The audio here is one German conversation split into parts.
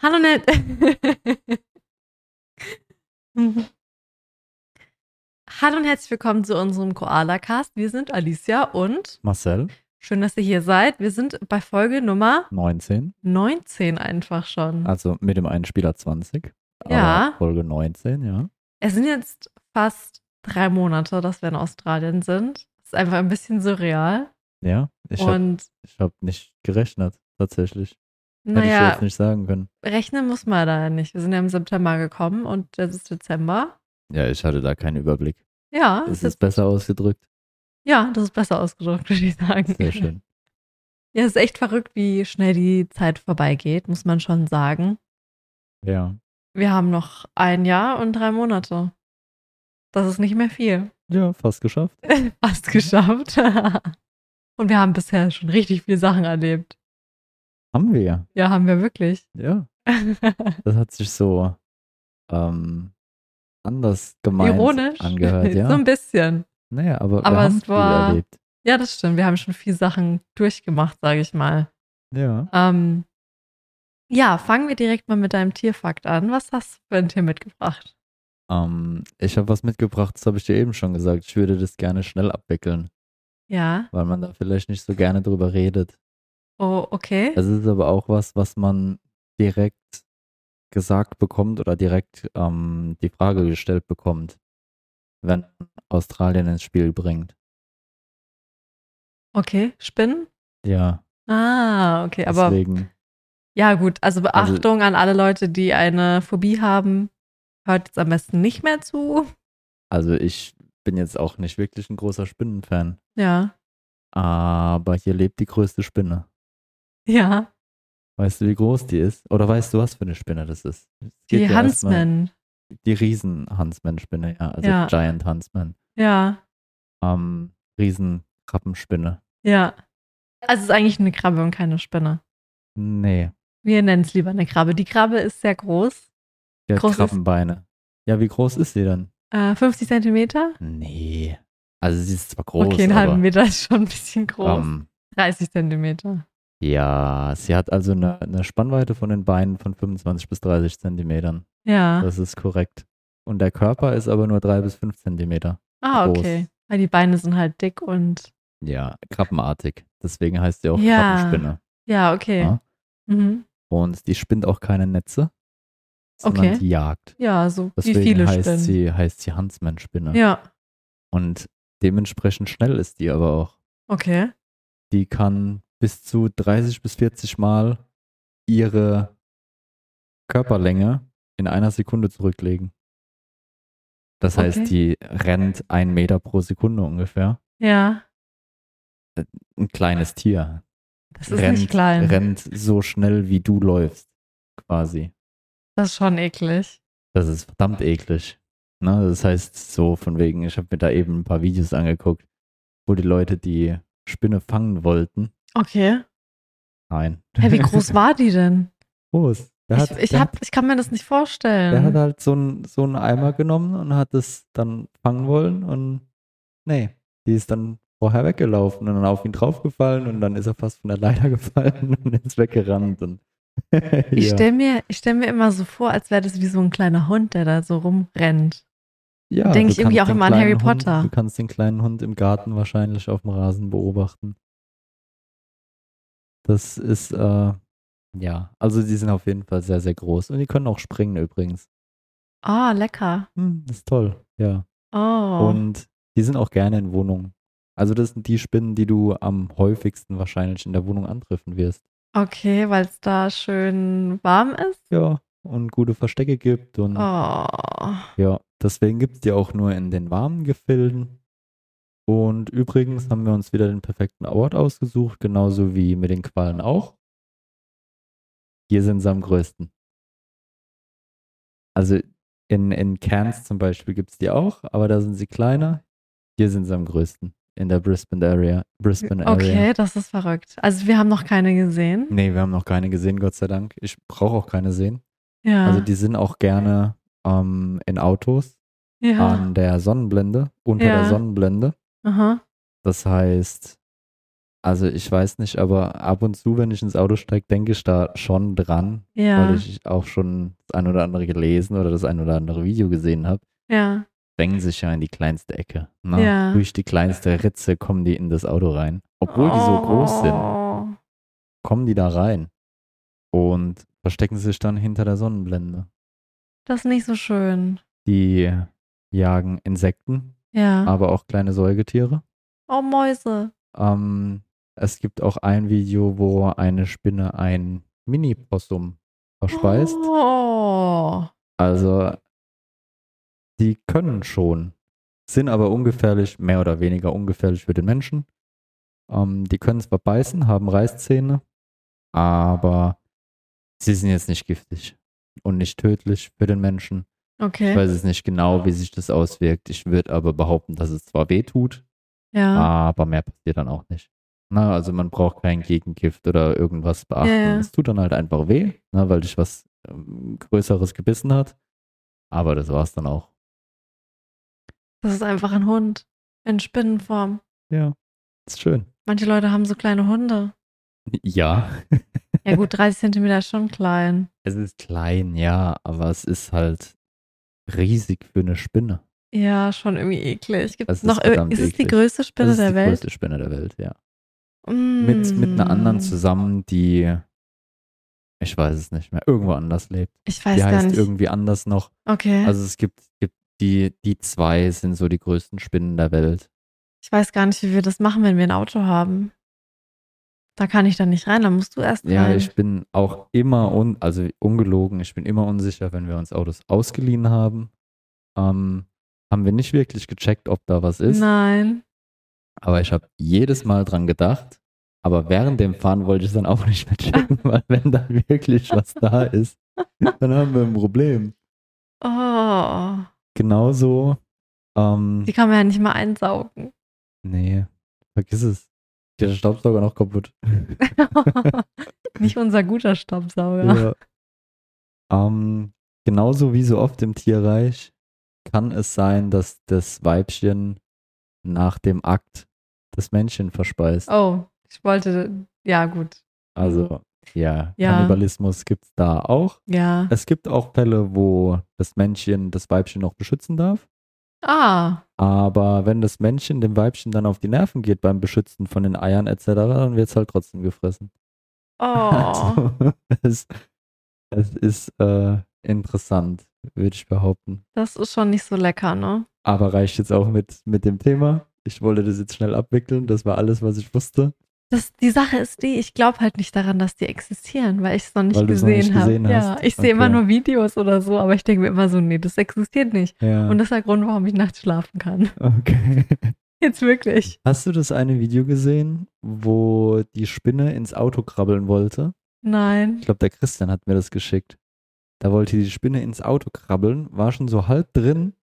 Hallo Ned. Hallo und herzlich willkommen zu unserem Koala-Cast. Wir sind Alicia und Marcel, schön, dass ihr hier seid. Wir sind bei Folge Nummer 19, 19 einfach schon. also mit dem einen Spieler 20. aber Mhm. Ja. Folge 19, ja. Es sind jetzt fast drei Monate, dass wir in Australien sind. Das ist einfach ein bisschen surreal. Ja, ich habe und hab nicht gerechnet, tatsächlich. Hätte ich naja, jetzt nicht sagen können. rechnen muss man da nicht. Wir sind ja im September gekommen und jetzt ist Dezember. Ja, ich hatte da keinen Überblick. Ja, Es das ist ist, besser ausgedrückt. ja, das ist besser ausgedrückt, würde ich sagen. Sehr schön. Ja, es ist echt verrückt, wie schnell die Zeit vorbeigeht, muss man schon sagen. Ja. Wir haben noch ein Jahr und drei Monate. Das ist nicht mehr viel. Ja, fast geschafft. Mhm. Fast geschafft. und wir haben bisher schon richtig viele Sachen erlebt. Haben wir. Ja, haben wir wirklich. Ja. Das hat sich so ähm, anders gemeint Ironisch. angehört, so ja. ein bisschen. Naja, aber, Aber wir haben es war- viel erlebt. Ja, das stimmt. Wir haben schon viele Sachen durchgemacht, sage ich mal. Ja. Ähm, ja, fangen wir direkt mal mit deinem Tierfakt an. Was hast du für ein Tier mitgebracht? Ähm, ich habe was mitgebracht, das habe ich dir eben schon gesagt. Ich würde das gerne schnell abwickeln. Ja. weil man da vielleicht nicht so gerne drüber redet. Oh, okay. Es ist aber auch was, was man direkt gesagt bekommt oder direkt ähm, die Frage gestellt bekommt, wenn Australien ins Spiel bringt. Okay. Spinnen? Ja, Ah, okay, aber deswegen, ja gut, also Beachtung an alle Leute, die eine Phobie haben, hört jetzt am besten nicht mehr zu. also ich bin jetzt auch nicht wirklich ein großer Spinnenfan, Ja, aber hier lebt die größte Spinne. ja, Weißt du, wie groß die ist? Oder weißt du, was für eine Spinne das ist? Es geht die ja erstmal- Huntsman, Die Riesen-Hansman-Spinne, ja, also Ja. Giant Hansman. ja, Ähm, Riesen-Krabbenspinne. ja. Also es ist eigentlich eine Krabbe und keine Spinne. Nee. Wir nennen es lieber eine Krabbe. Die Krabbe ist sehr groß, Die hat Groß ist- Krabbenbeine. Ja, wie groß ist sie dann? äh, 50 Zentimeter. Nee. Also sie ist zwar groß, okay, einen aber halben Meter ist schon ein bisschen groß. ähm, 30 Zentimeter. ja, sie hat also eine, eine Spannweite von den Beinen von 25 bis 30 Zentimetern. Ja. Das ist korrekt. Und der Körper ist aber nur 3 bis 5 Zentimeter. ah, groß. okay. Weil die Beine sind halt dick und Ja, krabbenartig. Deswegen heißt sie auch Ja. Krabbenspinne. ja, okay. Ja. Mhm. Und die spinnt auch keine Netze, sondern Okay. die jagt. Ja, so Deswegen wie viele heißt Spinnen. sie heißt sie Huntsman-Spinne. Ja, Und dementsprechend schnell ist die aber auch. okay. die kann bis zu 30 bis 40 Mal ihre Körperlänge in einer Sekunde zurücklegen. Das Okay. heißt, die rennt einen Meter pro Sekunde ungefähr. Ja, Ein kleines Tier. das ist rennt, nicht klein. rennt so schnell, wie du läufst, quasi. Das ist schon eklig. Das ist verdammt eklig. Ne? Das heißt, so von wegen, ich habe mir da eben ein paar Videos angeguckt, wo die Leute die Spinne fangen wollten. Okay. Nein. Hä, wie groß war die denn? groß? Der ich, hat- ich, der hab, ich kann mir das nicht vorstellen. Der hat halt so einen so einen Äh. Eimer genommen und hat es dann fangen wollen und nee, die ist dann vorher weggelaufen und dann auf ihn draufgefallen und dann ist er fast von der Leiter gefallen und ist weggerannt. Und ich ja. stelle mir, ich stell mir immer so vor, als wäre das wie so ein kleiner Hund, der da so rumrennt. ja, denk du ich irgendwie kannst auch den immer an Harry kleinen Hund, Potter. Du kannst den kleinen Hund im Garten wahrscheinlich auf dem Rasen beobachten. Das ist, äh, ja, also die sind auf jeden Fall sehr, sehr groß und die können auch springen übrigens. Oh, lecker. Hm, das ist toll, ja. Oh. Und die sind auch gerne in Wohnungen. Also das sind die Spinnen, die du am häufigsten wahrscheinlich in der Wohnung antreffen wirst. okay, weil es da schön warm ist. Ja. Und gute Verstecke gibt und Oh. ja, deswegen gibt es die auch nur in den warmen Gefilden. Und übrigens haben wir uns wieder den perfekten Ort ausgesucht, genauso wie mit den Qualen auch. Hier sind sie am größten. Also in, in Cairns zum Beispiel gibt es die auch, aber da sind sie kleiner. Hier sind sie am größten, in der Brisbane Area. Brisbane Area. Okay, das ist verrückt. Also wir haben noch keine gesehen. Nee, wir haben noch keine gesehen, Gott sei Dank. Ich brauche auch keine sehen. Ja. Also die sind auch gerne ähm, in Autos. ja. an der Sonnenblende, unter Ja. der Sonnenblende. Aha. Das heißt, Also ich weiß nicht, aber ab und zu, wenn ich ins Auto steige, denke ich da schon dran, Ja. weil ich auch schon das ein oder andere gelesen oder das ein oder andere Video gesehen habe. ja. Drängen sich ja in die kleinste Ecke. Ne? Ja. Durch die kleinste Ritze kommen die in das Auto rein. Obwohl die so groß sind, Oh. kommen die da rein und verstecken sich dann hinter der Sonnenblende. Das ist nicht so schön. Die jagen Insekten, Ja. aber auch kleine Säugetiere. Oh, Mäuse. Ähm, es gibt auch ein Video, wo eine Spinne ein Mini-Possum verspeist. Oh. Also, die können schon, sind aber ungefährlich, mehr oder weniger ungefährlich für den Menschen. Ähm, die können zwar beißen, haben Reißzähne, aber sie sind jetzt nicht giftig und nicht tödlich für den Menschen. Ich Okay. weiß es nicht genau, wie sich das auswirkt. Ich würde aber behaupten, dass es zwar weh tut, Ja. aber mehr passiert dann auch nicht. Na, also man braucht kein Gegengift oder irgendwas beachten. Ja, ja. Es tut dann halt einfach weh, na, weil dich was ähm, Größeres gebissen hat. Aber das war's dann auch. Das ist einfach ein Hund. In Spinnenform. Ja. Ist schön. Manche Leute haben so kleine Hunde. Ja. Ja, gut, 30 Zentimeter ist schon klein. Es ist klein, ja, aber es ist halt riesig für eine Spinne. Ja, schon irgendwie eklig. Gibt Das es ist noch, verdammt ist es die eklig. größte Spinne das ist der die Welt? größte Spinne der Welt, ja. Mm. Mit, mit einer anderen zusammen, die, ich weiß es nicht mehr, irgendwo anders lebt. Ich Die weiß gar heißt nicht. irgendwie anders noch. Okay. Also es gibt, gibt die, die zwei sind so die größten Spinnen der Welt. ich weiß gar nicht, wie wir das machen, wenn wir ein Auto haben. Da kann ich dann nicht rein, da musst du erst Ja, rein. ich bin auch immer, un, also ungelogen, ich bin immer unsicher, wenn wir uns Autos ausgeliehen haben. Ähm, haben wir nicht wirklich gecheckt, ob da was ist. Nein. Aber ich habe jedes Mal dran gedacht. Aber während dem Fahren wollte ich es dann auch nicht mehr checken, weil wenn da wirklich was da ist, dann haben wir ein Problem. Oh. Genauso, ähm, Die kann man ja nicht mal einsaugen. nee, vergiss es. Der Staubsauger noch kaputt. nicht unser guter Staubsauger. Ja. Ähm, genauso wie so oft im Tierreich kann es sein, dass das Weibchen nach dem Akt das Männchen verspeist. Oh, ich wollte. Ja, gut. Also ja, Ja. Kannibalismus gibt es da auch. Ja. Es gibt auch Fälle, wo das Männchen das Weibchen noch beschützen darf. Ah. Aber wenn das Männchen dem Weibchen dann auf die Nerven geht beim Beschützen von den Eiern etc., dann wird es halt trotzdem gefressen. Oh. Also, es, es ist äh, interessant, würde ich behaupten. Das ist schon nicht so lecker, ne? Aber reicht jetzt auch mit, mit dem Thema. Ich wollte das jetzt schnell abwickeln. Das war alles, was ich wusste, Das, die Sache ist die, ich glaube halt nicht daran, dass die existieren, weil ich es noch nicht Weil du es noch nicht gesehen habe. gesehen Ja, hast. ich sehe immer Okay. nur Videos oder so, aber ich denke mir immer so, nee, das existiert nicht. Ja. Und das ist der Grund, warum ich nachts schlafen kann. okay. Jetzt wirklich. Hast du das eine Video gesehen, wo die Spinne ins Auto krabbeln wollte? Nein. Ich glaube, der Christian hat mir das geschickt. Da wollte die Spinne ins Auto krabbeln, war schon so halb drin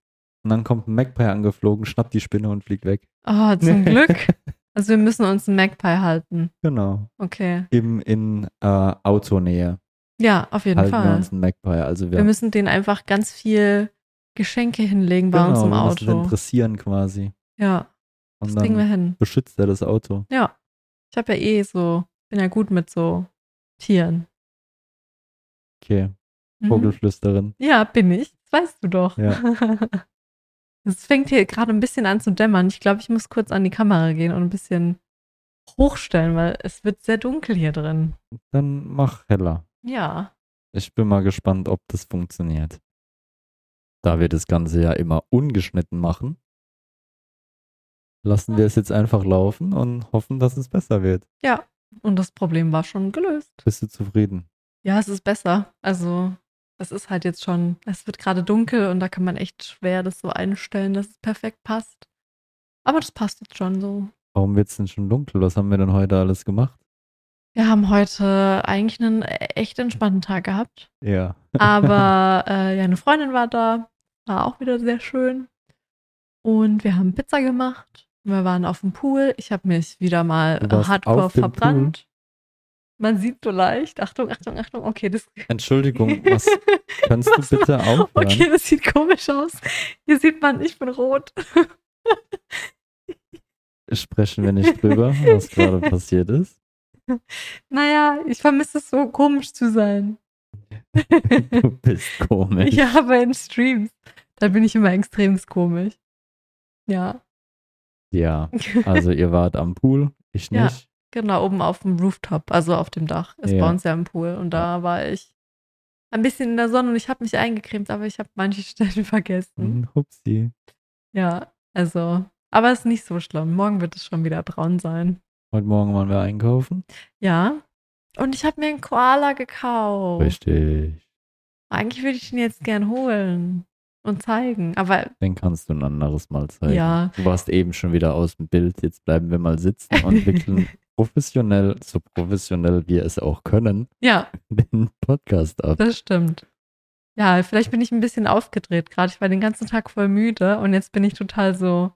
und dann kommt ein Magpie angeflogen, schnappt die Spinne und fliegt weg. Oh, zum Glück. Also wir müssen uns einen Magpie halten. Genau. Okay. Eben in äh, Autonähe. Ja, auf jeden halten wir Fall. uns einen Magpie. Also wir, Wir müssen denen einfach ganz viel Geschenke hinlegen bei genau, uns im wir müssen den Auto. dressieren quasi. Ja, das Und kriegen wir dann hin. beschützt er das Auto. Ja. Ich habe ja eh so, bin ja gut mit so Tieren. Okay, Mhm. Vogelflüsterin. Ja, bin ich. Das weißt du doch. Ja. Es fängt hier gerade ein bisschen an zu dämmern. Ich glaube, ich muss kurz an die Kamera gehen und ein bisschen hochstellen, weil es wird sehr dunkel hier drin. Dann mach heller. Ja. Ich bin mal gespannt, ob das funktioniert. Da wir das Ganze ja immer ungeschnitten machen, lassen wir es jetzt einfach laufen und hoffen, dass es besser wird. Und das Problem war schon gelöst. Bist du zufrieden? Ja, es ist besser. Also, es ist halt jetzt schon, es wird gerade dunkel und da kann man echt schwer das so einstellen, dass es perfekt passt. Aber das passt jetzt schon so. Warum wird es denn schon dunkel? Was haben wir denn heute alles gemacht? Wir haben heute eigentlich einen echt entspannten Tag gehabt. Ja. Aber äh, ja, eine Freundin war da, war auch wieder sehr schön. Und wir haben Pizza gemacht. Wir waren auf dem Pool. Ich habe mich wieder mal Du äh, warst hardcore auf dem verbrannt. Man sieht so leicht. Achtung, Achtung, Achtung. Okay, das. Entschuldigung, Äh, was kannst Was du bitte aufhören? Okay, das sieht komisch aus. Hier sieht man, ich bin rot. sprechen wir nicht drüber, was gerade passiert ist. Naja, ich vermisse es so, komisch zu sein. Du bist komisch. Ja, aber in Streams. Da bin ich immer extremst komisch. Ja, Ja, also ihr wart am Pool, ich Ja. nicht. genau, oben auf dem Rooftop, also auf dem Dach. Es Ja. bei uns ja im Pool. Und da war ich ein bisschen in der Sonne und ich habe mich eingecremt, aber ich habe manche Stellen vergessen. Hm, Hupsi. Ja, also. Aber es ist nicht so schlimm. Morgen wird es schon wieder braun sein. Heute Morgen waren wir einkaufen. Ja. Und ich habe mir einen Koala gekauft. Richtig. Eigentlich würde ich ihn jetzt gern holen und zeigen. Aber Den kannst du ein anderes Mal zeigen. Ja. Du warst eben schon wieder aus dem Bild. Jetzt bleiben wir mal sitzen und wickeln professionell, so professionell wir es auch können, ja, den Podcast ab. das stimmt. Ja, vielleicht bin ich ein bisschen aufgedreht gerade. Ich war den ganzen Tag voll müde und jetzt bin ich total so.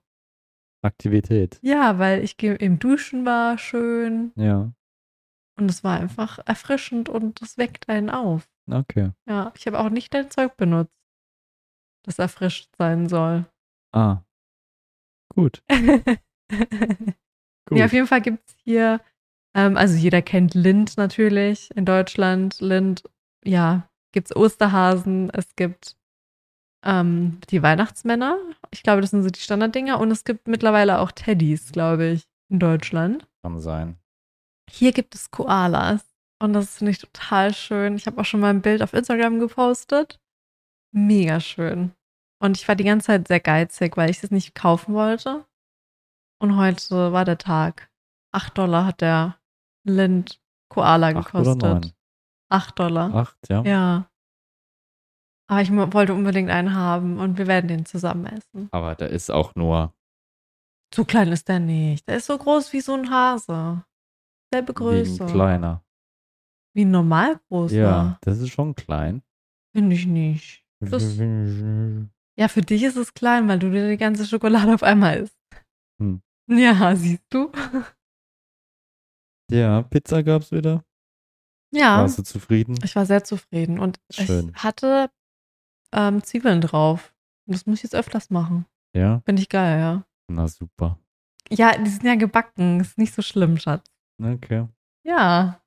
Aktivität. Ja, weil ich ge- im Duschen war schön Ja, und es war einfach erfrischend und es weckt einen auf. okay. Ja, ich habe auch nicht dein Zeug benutzt, das erfrischt sein soll. Ah. Gut. Gut. Ja, auf jeden Fall gibt es hier, ähm, also jeder kennt Lind natürlich in Deutschland. Lind, ja, gibt es Osterhasen, es gibt ähm, die Weihnachtsmänner. Ich glaube, das sind so die Standarddinger. Und es gibt mittlerweile auch Teddys, glaube ich, in Deutschland. Kann sein. Hier gibt es Koalas. Und das finde ich total schön. Ich habe auch schon mal ein Bild auf Instagram gepostet. Mega schön. Und ich war die ganze Zeit sehr geizig, weil ich es nicht kaufen wollte. Und heute war der Tag. 8 Dollar hat der Lind Koala Acht oder neun? gekostet. 8 Dollar. Acht, ja. Ja. Aber ich mo- wollte unbedingt einen haben und wir werden den zusammen essen. Aber da ist auch nur, Zu klein ist der nicht. Der ist so groß wie so ein Hase. Selbe Größe. Größe. kleiner. Wie ein normal großer. Ja, das ist schon klein. Finde ich nicht. Das, ja, für dich ist es klein, weil du dir die ganze Schokolade auf einmal isst. Hm. Ja, siehst du? Ja, Pizza gab's wieder. Ja, Warst du zufrieden? Ah. ich war sehr zufrieden und Schön. ich hatte ähm, Zwiebeln drauf. Und das muss ich jetzt öfters machen. Ja. Finde ich geil, ja. Na super. Ja, die sind ja gebacken. Ist nicht so schlimm, Schatz. Okay. Ja.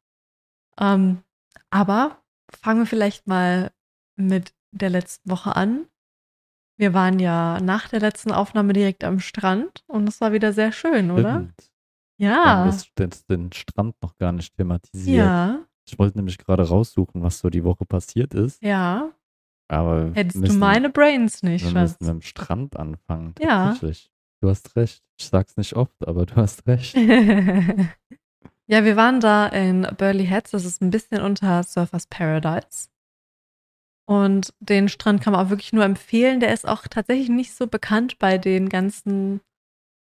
Ähm, aber fangen wir vielleicht mal mit der letzten Woche an. Wir waren ja nach der letzten Aufnahme direkt am Strand und es war wieder sehr schön, oder? Stimmt. Wir Ja. haben das- das- den Strand noch gar nicht thematisiert. Ja, Ich wollte nämlich gerade raussuchen, was so die Woche passiert ist. ja. Aber wir Hättest müssen, du meine Brains nicht, wir Schatz. müssen mit dem Strand anfangen. Ja. Tatsächlich. Du hast recht. Ich sag's nicht oft, aber du hast recht. ja, wir waren da in Burley Heads. Das ist ein bisschen unter Surfers Paradise. Und den Strand kann man auch wirklich nur empfehlen. Der ist auch tatsächlich nicht so bekannt bei den ganzen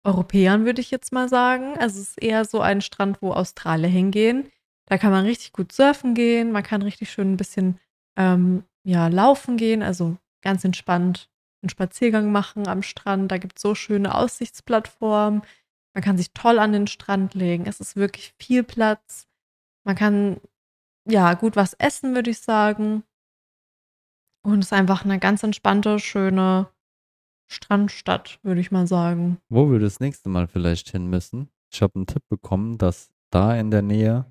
Europäern, würde ich jetzt mal sagen. Also es ist eher so ein Strand, wo Australier hingehen. Da kann man richtig gut surfen gehen. Man kann richtig schön ein bisschen ähm, ja, laufen gehen. Also ganz entspannt einen Spaziergang machen am Strand. Da gibt es so schöne Aussichtsplattformen. Man kann sich toll an den Strand legen. Es ist wirklich viel Platz. Man kann ja gut was essen, würde ich sagen. Und es ist einfach eine ganz entspannte, schöne Strandstadt, würde ich mal sagen. Wo wir das nächste Mal vielleicht hin müssen. Ich habe einen Tipp bekommen, dass da in der Nähe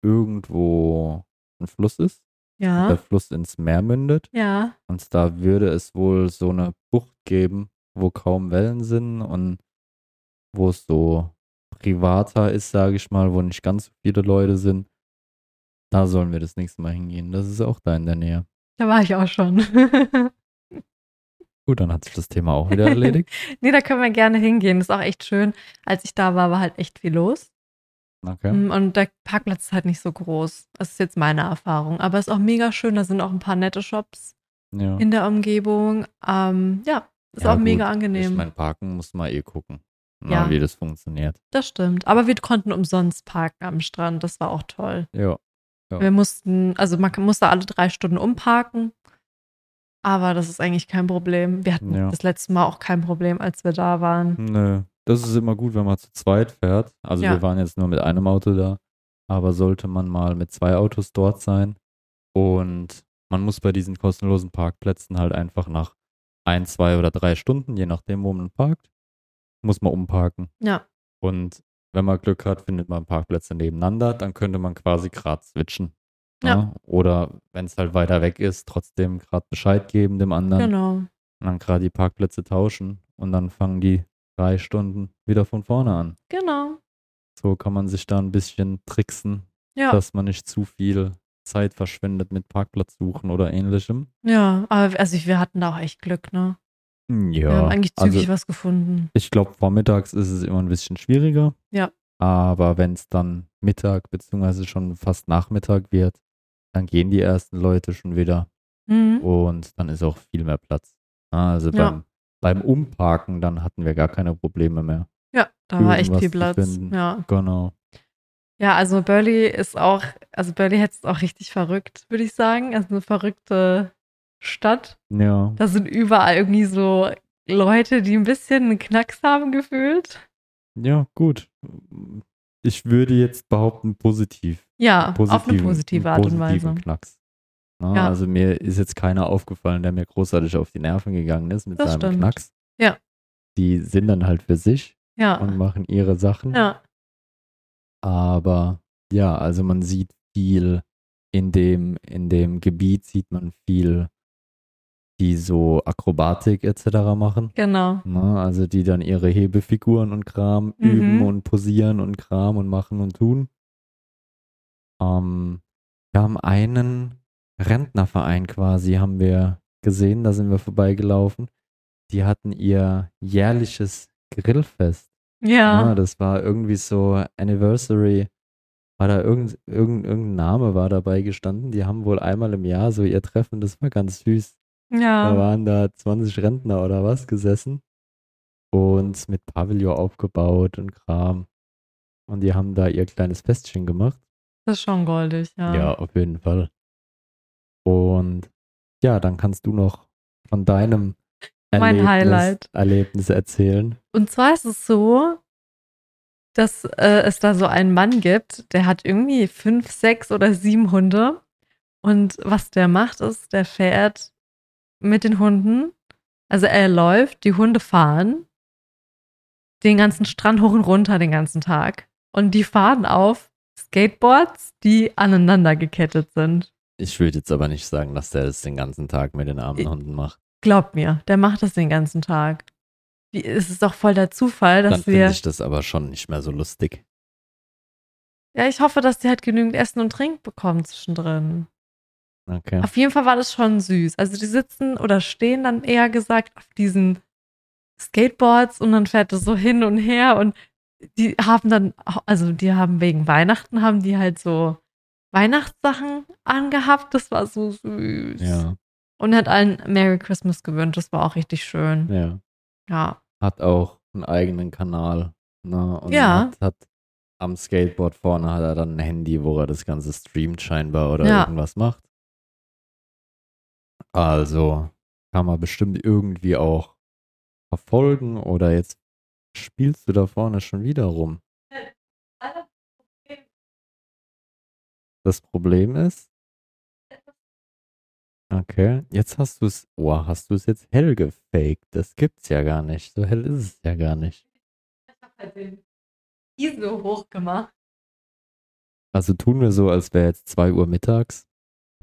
irgendwo ein Fluss ist. und Der Ja, Fluss ins Meer mündet. ja, Und da würde es wohl so eine Bucht geben, wo kaum Wellen sind und wo es so privater ist, sage ich mal, wo nicht ganz so viele Leute sind. Da sollen wir das nächste Mal hingehen. Das ist auch da in der Nähe. da war ich auch schon. Gut, dann hat sich das Thema auch wieder erledigt. nee, da können wir gerne hingehen. Ist auch echt schön. Als ich da war, war halt echt viel los. Okay. Mm, Und der Parkplatz ist halt nicht so groß. Das ist jetzt meine Erfahrung. Aber ist auch mega schön. Da sind auch ein paar nette Shops. Ja. in der Umgebung. Ähm, ja, ist Ja, auch mega gut. angenehm. Ich mein, parken muss mal eh gucken, Ja. na, wie das funktioniert. das stimmt. Aber wir konnten umsonst parken am Strand. Das war auch toll. Ja. Ja. Wir mussten, also man kann- musste alle drei Stunden umparken. Aber das ist eigentlich kein Problem. Wir hatten Ja. Hm. das letzte Mal auch kein Problem, als wir da waren. Nö. Das ist immer gut, wenn man zu zweit fährt. Also Ja. wir waren jetzt nur mit einem Auto da, aber sollte man mal mit zwei Autos dort sein und man muss bei diesen kostenlosen Parkplätzen halt einfach nach ein, zwei oder drei Stunden, je nachdem, wo man parkt, muss man umparken. Ja, Und wenn man Glück hat, findet man Parkplätze nebeneinander, dann könnte man quasi gerade switchen. ne? Ja. Oder wenn es halt weiter weg ist, trotzdem gerade Bescheid geben dem anderen Genau. und dann gerade die Parkplätze tauschen und dann fangen die drei Stunden wieder von vorne an. Genau. So kann man sich da ein bisschen tricksen, Ja. dass man nicht zu viel Zeit verschwendet mit Parkplatzsuchen oder ähnlichem. Ja, aber also wir hatten da auch echt Glück, ne? Wir haben eigentlich zügig also was gefunden. ich glaube, vormittags ist es immer ein bisschen schwieriger. Ja. Aber wenn es dann Mittag beziehungsweise schon fast Nachmittag wird, dann gehen die ersten Leute schon wieder Mhm. Oh. und dann ist auch viel mehr Platz. Ah, Also Ja. beim, beim Umparken, dann hatten wir gar keine Probleme mehr. Ja, da war echt irgendwas viel zu Platz. finden. Ja. Genau. ja, also Burley ist auch, also Burley Heads ist auch richtig verrückt, würde ich sagen. Also eine verrückte Stadt. Ja. Da sind überall irgendwie so Leute, die ein bisschen einen Knacks haben gefühlt. Ja, gut. Ich würde jetzt behaupten, positiv. Ja, auf eine Positiven- positive Art und positiven Weise. Knacks. Na, Ja. Also mir ist jetzt keiner aufgefallen, der mir großartig auf die Nerven gegangen ist mit Das seinem stimmt. Knacks. Ja. Die sind dann halt für sich und Ja, machen ihre Sachen. ja, Aber ja, also man sieht viel in dem, in dem Gebiet sieht man viel, die so Akrobatik etc. machen. genau. Na, also die dann ihre Hebefiguren und Kram Mhm. üben und posieren und Kram und machen und tun. Ähm, wir haben einen Rentnerverein quasi, haben wir gesehen, da sind wir vorbeigelaufen. Die hatten ihr jährliches Grillfest. Na, Ja, das war irgendwie so Anniversary, war da irgend, irgend, irgendein Name war dabei gestanden. Die haben wohl einmal im Jahr so ihr Treffen, das war ganz süß. Da ja, waren da 20 Rentner oder was gesessen und mit Pavillon aufgebaut und Kram. Und die haben da ihr kleines Festchen gemacht. das ist schon goldig, ja. auf jeden Fall. Und ja, dann kannst du noch von deinem Mein Erlebnis, Highlight. Erlebnis erzählen. Und zwar ist es so, dass äh, es da so einen Mann gibt, der hat irgendwie fünf, sechs oder sieben Hunde. Und was der macht, ist, der fährt mit den Hunden. Also er läuft, die Hunde fahren den ganzen Strand hoch und runter den ganzen Tag. Und die fahren auf Skateboards, die aneinander gekettet sind. Ich würde jetzt aber nicht sagen, dass der das den ganzen Tag mit den armen Ich- Hunden macht. Glaub mir, der macht das den ganzen Tag. Wie, es ist doch voll der Zufall, dass Dann wir. finde ich das aber schon nicht mehr so lustig. Ja, ich hoffe, dass die halt genügend Essen und Trink bekommen zwischendrin. Okay. Auf jeden Fall war das schon süß. Also die sitzen oder stehen dann eher gesagt auf diesen Skateboards und dann fährt es so hin und her und die haben dann, also die haben wegen Weihnachten, haben die halt so Weihnachtssachen angehabt. Das war so süß. Ja, Und hat allen Merry Christmas gewünscht. Das war auch richtig schön. ja. Ja. hat auch einen eigenen Kanal. Ne? Und Ja. hat, hat am Skateboard vorne hat er dann ein Handy, wo er das Ganze streamt scheinbar oder Ja. irgendwas macht. Also kann man bestimmt irgendwie auch verfolgen oder jetzt spielst du da vorne schon wieder rum. Das Problem ist. Okay, jetzt hast du es. Oh, hast du es jetzt hell gefaked? Das gibt's ja gar nicht. So hell ist es ja gar nicht. ISO halt hochgemacht. Also tun wir so, als wäre jetzt 2 Uhr mittags.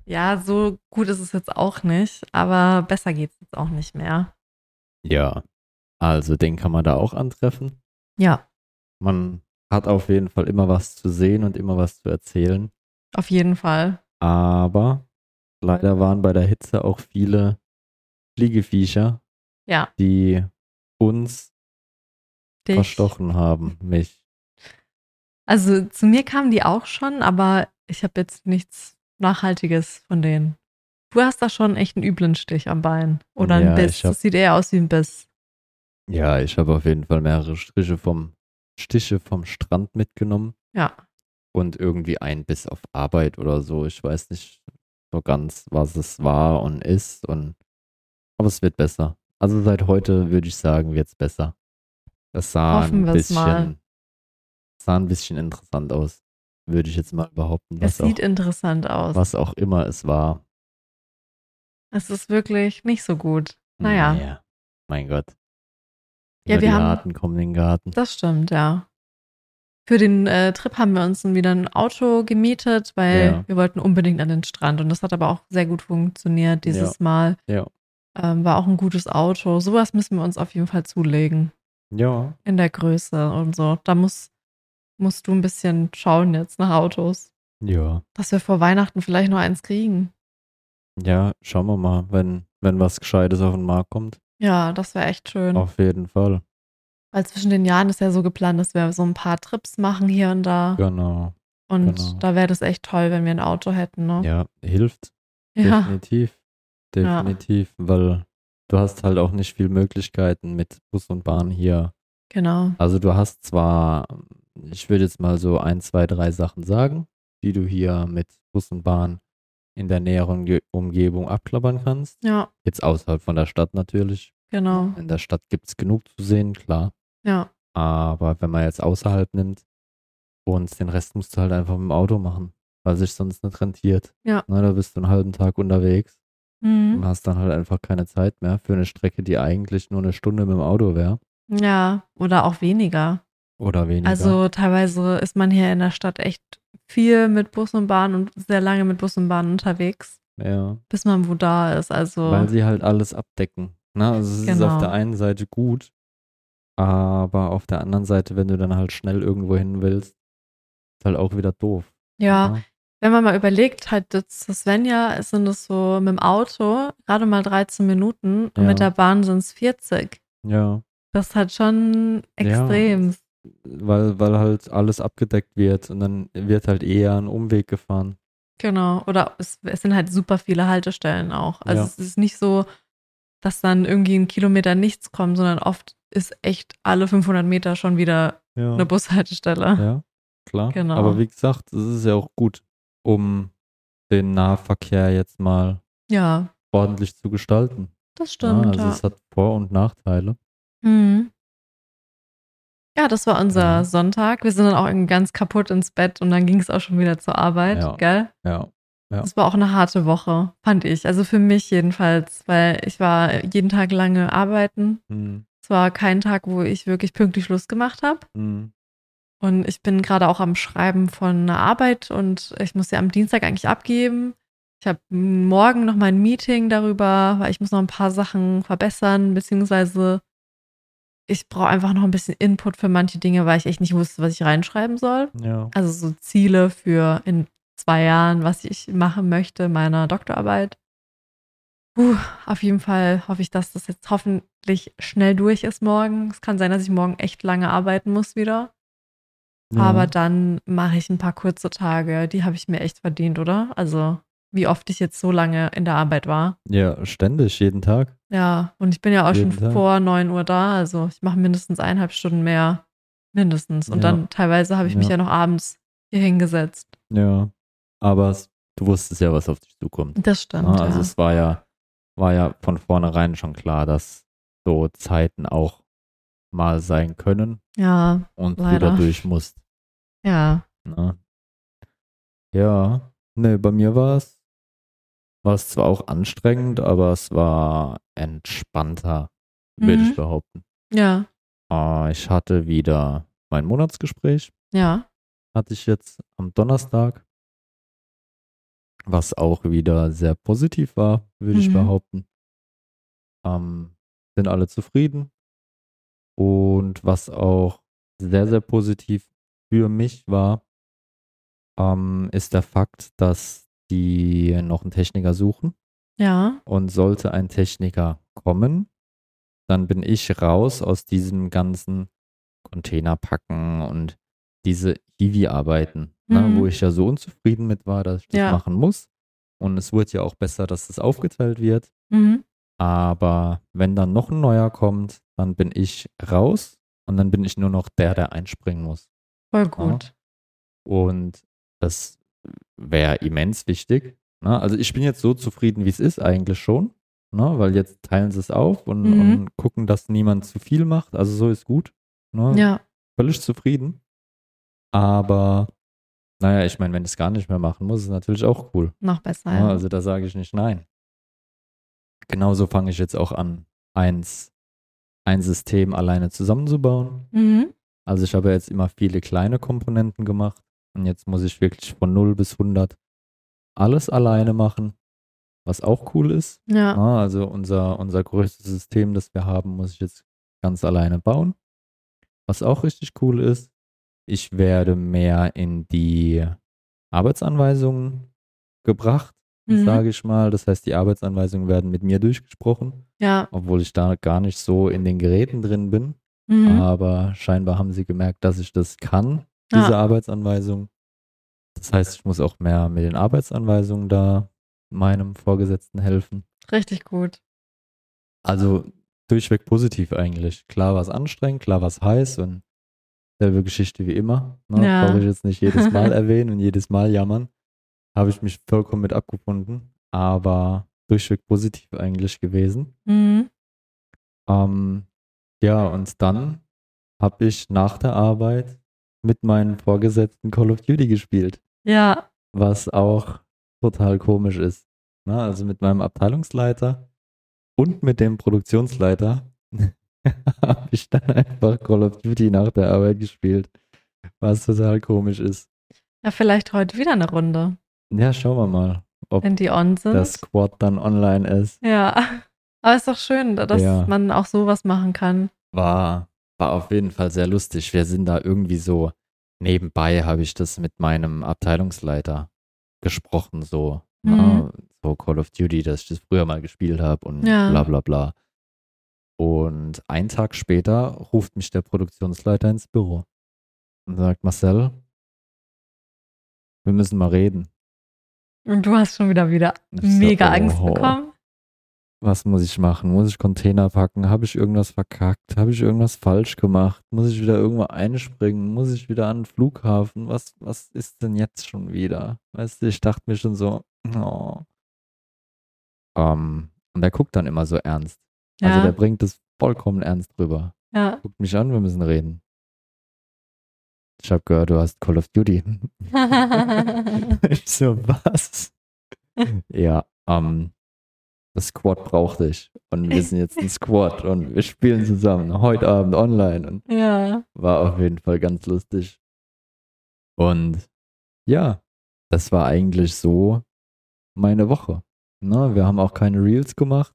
Ja, so gut ist es jetzt auch nicht, aber besser geht's jetzt auch nicht mehr. Ja. Also den kann man da auch antreffen. Ja, Man hat auf jeden Fall immer was zu sehen und immer was zu erzählen. auf jeden Fall. Aber leider waren bei der Hitze auch viele Fliegeviecher, Ja, die uns dich. verstochen haben. Mich. Also zu mir kamen die auch schon, aber ich habe jetzt nichts Nachhaltiges von denen. Du hast da schon echt einen üblen Stich am Bein oder Ja, einen Biss. ich hab- Das sieht eher aus wie ein Biss. Ja, ich habe auf jeden Fall mehrere Striche vom Stiche vom Strand mitgenommen. Ja, und irgendwie ein Biss auf Arbeit oder so. Ich weiß nicht so ganz, was es war und ist und aber es wird besser. Also seit heute würde ich sagen, wird es besser. Das sah Hoffen ein wir's mal. bisschen sah ein bisschen interessant aus, würde ich jetzt mal behaupten, es was auch, sieht interessant aus. was auch immer es war. Es ist wirklich nicht so gut. Naja, Mein Gott. Ja, Nur wir die haben- Harten kommen in den Garten. das stimmt, ja. Für den äh, Trip haben wir uns dann wieder ein Auto gemietet, weil Ja. wir wollten unbedingt an den Strand. Und das hat aber auch sehr gut funktioniert dieses Ja. Mal. Ja. Ähm, war auch ein gutes Auto. Sowas müssen wir uns auf jeden Fall zulegen. Ja. In der Größe und so. Da muss, musst du ein bisschen schauen jetzt nach Autos. Ja. Dass wir vor Weihnachten vielleicht noch eins kriegen. Ja, schauen wir mal, wenn, wenn was Gescheites auf den Markt kommt. Ja, das wäre echt schön. Auf jeden Fall. Weil zwischen den Jahren ist ja so geplant, dass wir so ein paar Trips machen hier und da. Genau. und genau. da wäre das echt toll, wenn wir ein Auto hätten. Ne? Ja, hilft. ja. Definitiv. Ja. Definitiv, weil du hast halt auch nicht viel Möglichkeiten mit Bus und Bahn hier. genau. Also du hast zwar, ich würde jetzt mal so ein, zwei, drei Sachen sagen, die du hier mit Bus und Bahn in der näheren Ge- Umgebung abklappern kannst. Ja, Jetzt außerhalb von der Stadt natürlich. genau. In der Stadt gibt es genug zu sehen, klar. Ja, Aber wenn man jetzt außerhalb nimmt und den Rest musst du halt einfach mit dem Auto machen, weil sich sonst nicht rentiert. Ja. Na, da bist du einen halben Tag unterwegs und mhm. hast dann halt einfach keine Zeit mehr für eine Strecke, die eigentlich nur eine Stunde mit dem Auto wäre. ja oder auch weniger. Oder weniger. Also teilweise ist man hier in der Stadt echt viel mit Bus und Bahn und sehr lange mit Bus und Bahn unterwegs, ja. bis man wo da ist. Also Weil sie halt alles abdecken. Ne? Also es ist Genau. auf der einen Seite gut, aber auf der anderen Seite, wenn du dann halt schnell irgendwo hin willst, ist halt auch wieder doof. ja, Ne? wenn man mal überlegt, halt jetzt zu Svenja sind es so mit dem Auto gerade mal 13 Minuten und Ja. mit der Bahn sind es 40. Ja. Das ist halt schon Ja. extrem. Weil, weil halt alles abgedeckt wird und dann wird halt eher ein Umweg gefahren. Genau, oder es, es sind halt super viele Haltestellen auch. Also Ja. es ist nicht so, dass dann irgendwie ein Kilometer nichts kommt, sondern oft ist echt alle 500 Meter schon wieder Ja. eine Bushaltestelle. Ja, klar. Genau. Aber wie gesagt, es ist ja auch gut, um den Nahverkehr jetzt mal Ja, ordentlich zu gestalten. das Ja, stimmt. also Ja, es hat Vor- und Nachteile. mhm. ja das war unser Ja. Sonntag. Wir sind dann auch irgendwie ganz kaputt ins Bett und dann ging es auch schon wieder zur Arbeit, Ja. gell? Ja. Ja. Das war auch eine harte Woche, fand ich. Also für mich jedenfalls, weil ich war jeden Tag lange arbeiten. Hm, Es war kein Tag, wo ich wirklich pünktlich Schluss gemacht habe. hm, Und ich bin gerade auch am Schreiben von einer Arbeit und ich muss sie am Dienstag eigentlich abgeben. Ich habe morgen noch mal ein Meeting darüber, weil ich muss noch ein paar Sachen verbessern, beziehungsweise ich brauche einfach noch ein bisschen Input für manche Dinge, weil ich echt nicht wusste, was ich reinschreiben soll. ja. Also so Ziele für in zwei Jahren, was ich machen möchte, in meiner Doktorarbeit. Puh, auf jeden Fall hoffe ich, dass das jetzt hoffentlich schnell durch ist morgen. Es kann sein, dass ich morgen echt lange arbeiten muss wieder. ja. Aber dann mache ich ein paar kurze Tage. Die habe ich mir echt verdient, oder? Also, wie oft ich jetzt so lange in der Arbeit war. ja, ständig, jeden Tag. Ja, und ich bin ja auch Jeden schon Tag. vor 9 Uhr da. Also, ich mache mindestens eineinhalb Stunden mehr. Mindestens. Und Ja. dann teilweise habe ich mich Ja. ja noch abends hier hingesetzt. Ja. Aber es, du wusstest ja, was auf dich zukommt. Das stimmt. ne? also ja. es war ja, war ja von vornherein schon klar, dass so Zeiten auch mal sein können ja, und Leider. du da durch musst. ja. Na. Ja, ne, bei mir war es war es zwar auch anstrengend, aber es war entspannter, würde Mhm. ich behaupten. Ja, Äh, ich hatte wieder mein Monatsgespräch, ja. hatte ich jetzt am Donnerstag, was auch wieder sehr positiv war, würde ich Mhm. behaupten. Ähm, sind alle zufrieden. Und was auch sehr, sehr positiv für mich war, ähm, ist der Fakt, dass die noch einen Techniker suchen. Ja. Und sollte ein Techniker kommen, dann bin ich raus aus diesem ganzen Container packen und diese Hiwi-Arbeiten, ne, Mhm. wo ich ja so unzufrieden mit war, dass ich das Ja. machen muss. Und es wurde ja auch besser, dass das aufgeteilt wird. Mhm. Aber wenn dann noch ein neuer kommt, dann bin ich raus und dann bin ich nur noch der, der einspringen muss. Ah. Voll gut. Und das wäre immens wichtig. Ne? Also ich bin jetzt so zufrieden, wie es ist eigentlich schon, ne? weil jetzt teilen sie es auf und, Mhm. und gucken, dass niemand zu viel macht. Also so ist gut. Ne? Ja. Völlig zufrieden. Aber naja, ich meine, wenn ich es gar nicht mehr machen muss, ist natürlich auch cool. noch besser. Ja, Ja. also da sage ich nicht nein. Genauso fange ich jetzt auch an, eins, ein System alleine zusammenzubauen. mhm. Also ich habe jetzt immer viele kleine Komponenten gemacht und jetzt muss ich wirklich von 0 bis 100 alles alleine machen, was auch cool ist. Ja. Ah, also unser, unser größtes System, das wir haben, muss ich jetzt ganz alleine bauen. Was auch richtig cool ist, ich werde mehr in die Arbeitsanweisungen gebracht, Mhm. sage ich mal. Das heißt, die Arbeitsanweisungen werden mit mir durchgesprochen, Ja. obwohl ich da gar nicht so in den Geräten drin bin. Mhm. Aber scheinbar haben sie gemerkt, dass ich das kann, Ja. diese Arbeitsanweisung. Das heißt, ich muss auch mehr mit den Arbeitsanweisungen da meinem Vorgesetzten helfen. Richtig gut. Also durchweg positiv eigentlich. Klar war es anstrengend, klar war es heiß und selbe Geschichte wie immer. Ne? Ja. Brauche ich jetzt nicht jedes Mal erwähnen und jedes Mal jammern. Habe ich mich vollkommen mit abgefunden, aber durchweg positiv eigentlich gewesen. Mhm. Ähm, ja, und dann habe ich nach der Arbeit mit meinen Vorgesetzten Call of Duty gespielt, Ja. was auch total komisch ist. Na, also mit meinem Abteilungsleiter und mit dem Produktionsleiter habe ich dann einfach Call of Duty nach der Arbeit gespielt, was total komisch ist. Ja, vielleicht heute wieder eine Runde, Ja, schauen wir mal, ob wenn die on sind. das Squad dann online ist. Ja. Aber ist doch schön, dass Ja. man auch sowas machen kann. War, war auf jeden Fall sehr lustig. Wir sind da irgendwie so, nebenbei habe ich das mit meinem Abteilungsleiter gesprochen, so, Mhm. na, so Call of Duty, dass ich das früher mal gespielt habe und Ja. bla bla bla. Und einen Tag später ruft mich der Produktionsleiter ins Büro und sagt, Marcel, wir müssen mal reden. Und du hast schon wieder wieder Ich so, mega Angst oh. bekommen. was muss ich machen? Muss ich Container packen? Habe ich irgendwas verkackt? Habe ich irgendwas falsch gemacht? Muss ich wieder irgendwo einspringen? Muss ich wieder an den Flughafen? Was, was ist denn jetzt schon wieder? Weißt du, ich dachte mir schon so, oh. Ähm, und er guckt dann immer so ernst. Ja. Also der bringt es vollkommen ernst rüber. ja. Guckt mich an, wir müssen reden. Ich habe gehört, du hast Call of Duty. ich so, was? ja, ähm, das Squad brauchte ich. Und wir sind jetzt ein Squad und wir spielen zusammen heute Abend online und ja. war auf jeden Fall ganz lustig. Und ja, das war eigentlich so meine Woche. Na, wir haben auch keine Reels gemacht,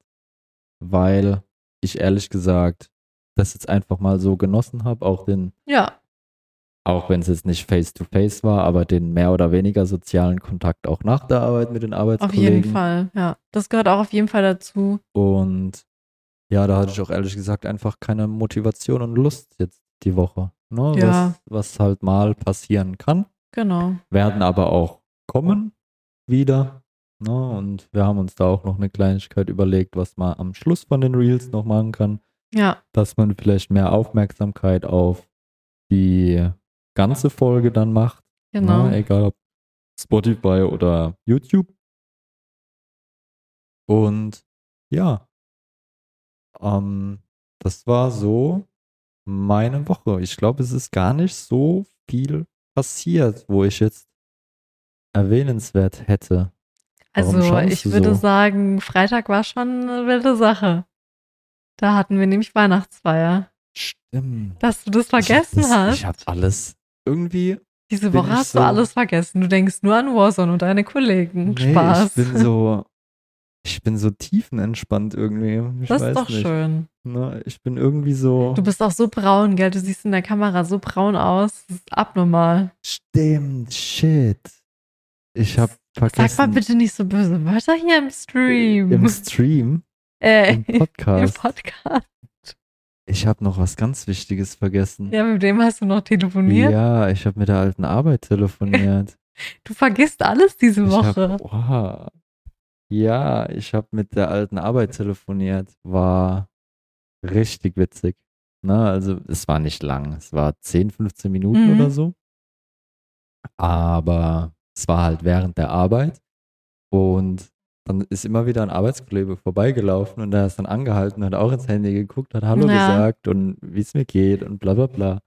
weil ich ehrlich gesagt das jetzt einfach mal so genossen habe, auch den Ja. auch wenn es jetzt nicht face-to-face war, aber den mehr oder weniger sozialen Kontakt auch nach der Arbeit mit den Auf Arbeitskollegen. jeden Fall. Ja. Das gehört auch auf jeden Fall dazu. Und ja, da hatte ich auch ehrlich gesagt einfach keine Motivation und Lust jetzt die Woche. Ne? Ja. Was, was halt mal passieren kann, Genau. werden aber auch kommen wieder. Ne? Und wir haben uns da auch noch eine Kleinigkeit überlegt, was man am Schluss von den Reels noch machen kann. Ja. dass man vielleicht mehr Aufmerksamkeit auf die ganze Folge dann macht. Genau. Ne? Egal ob Spotify oder YouTube. Und ja, ähm, das war so meine Woche. Ich glaube, es ist gar nicht so viel passiert, wo ich jetzt erwähnenswert hätte. Warum Also schaust ich du würde so? sagen, Freitag war schon eine wilde Sache. Da hatten wir nämlich Weihnachtsfeier. Stimmt. Dass du das vergessen ich hab das- hast. Ich habe alles irgendwie Diese bin Woche ich hast so- du alles vergessen. Du denkst nur an Warzone und deine Kollegen. Nee, Spaß. Ich bin so, ich bin so tiefenentspannt irgendwie. Ich das weiß ist doch nicht. schön. Ne, ich bin irgendwie so. Du bist auch so braun, gell? Du siehst in der Kamera so braun aus. Das ist abnormal. Stimmt, shit. Ich habe vergessen. Sag mal bitte nicht so böse Wörter hier im Stream. Im Stream, äh, im Podcast. Im Podcast. ich habe noch was ganz Wichtiges vergessen. Ja, mit dem hast du noch telefoniert. Ja, ich habe mit der alten Arbeit telefoniert. Du vergisst alles diese Ich hab, Woche. Oha. Ja, ich habe mit der alten Arbeit telefoniert. War richtig witzig. Na, also es war nicht lang. Es war 10, 15 Minuten Mhm. oder so. Aber es war halt während der Arbeit. Und dann ist immer wieder ein Arbeitskollege vorbeigelaufen und der ist dann angehalten, hat auch ins Handy geguckt, hat Hallo Ja. gesagt und wie es mir geht und bla bla bla.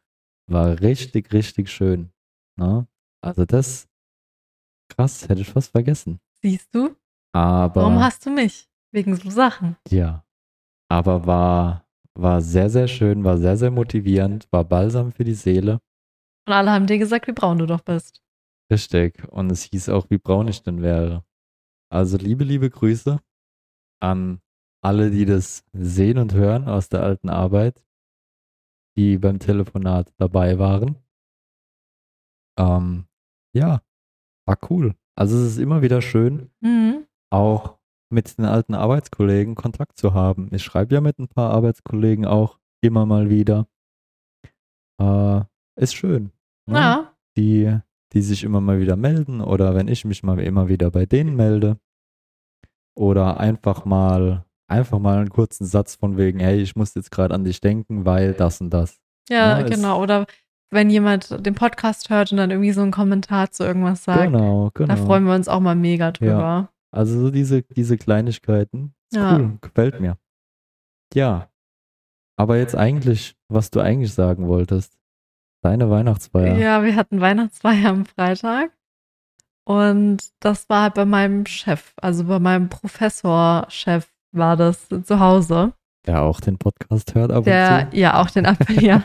War richtig, richtig schön. Na? Also das, krass, hätte ich fast vergessen. Siehst du? Aber Warum hast du mich? Wegen so Sachen. ja, aber war War sehr, sehr schön, war sehr, sehr motivierend, war balsam für die Seele. Und alle haben dir gesagt, wie braun du doch bist. Richtig. Und es hieß auch, wie braun ich denn wäre. Also liebe, liebe Grüße an alle, die das sehen und hören aus der alten Arbeit, die beim Telefonat dabei waren. Ähm, ja, war cool. Also es ist immer wieder schön, Mhm. auch mit den alten Arbeitskollegen Kontakt zu haben. Ich schreibe ja mit ein paar Arbeitskollegen auch immer mal wieder. Äh, ist schön. ne? Ja. die, die sich immer mal wieder melden oder wenn ich mich mal immer wieder bei denen melde oder einfach mal einfach mal einen kurzen Satz von wegen, hey, ich muss jetzt gerade an dich denken, weil das und das. Ja, Ja, es- genau. Oder wenn jemand den Podcast hört und dann irgendwie so einen Kommentar zu irgendwas sagt, Genau, genau. da freuen wir uns auch mal mega drüber. also so diese, diese Kleinigkeiten, ist Ja. cool, gefällt mir. Ja, aber jetzt eigentlich, was du eigentlich sagen wolltest, deine Ja, Weihnachtsfeier. wir hatten Weihnachtsfeier am Freitag. Und das war halt bei meinem Chef, also bei meinem Professorchef war das zu Hause. Der auch den Podcast hört ab Der, und zu. ja, auch den Apfel, ja.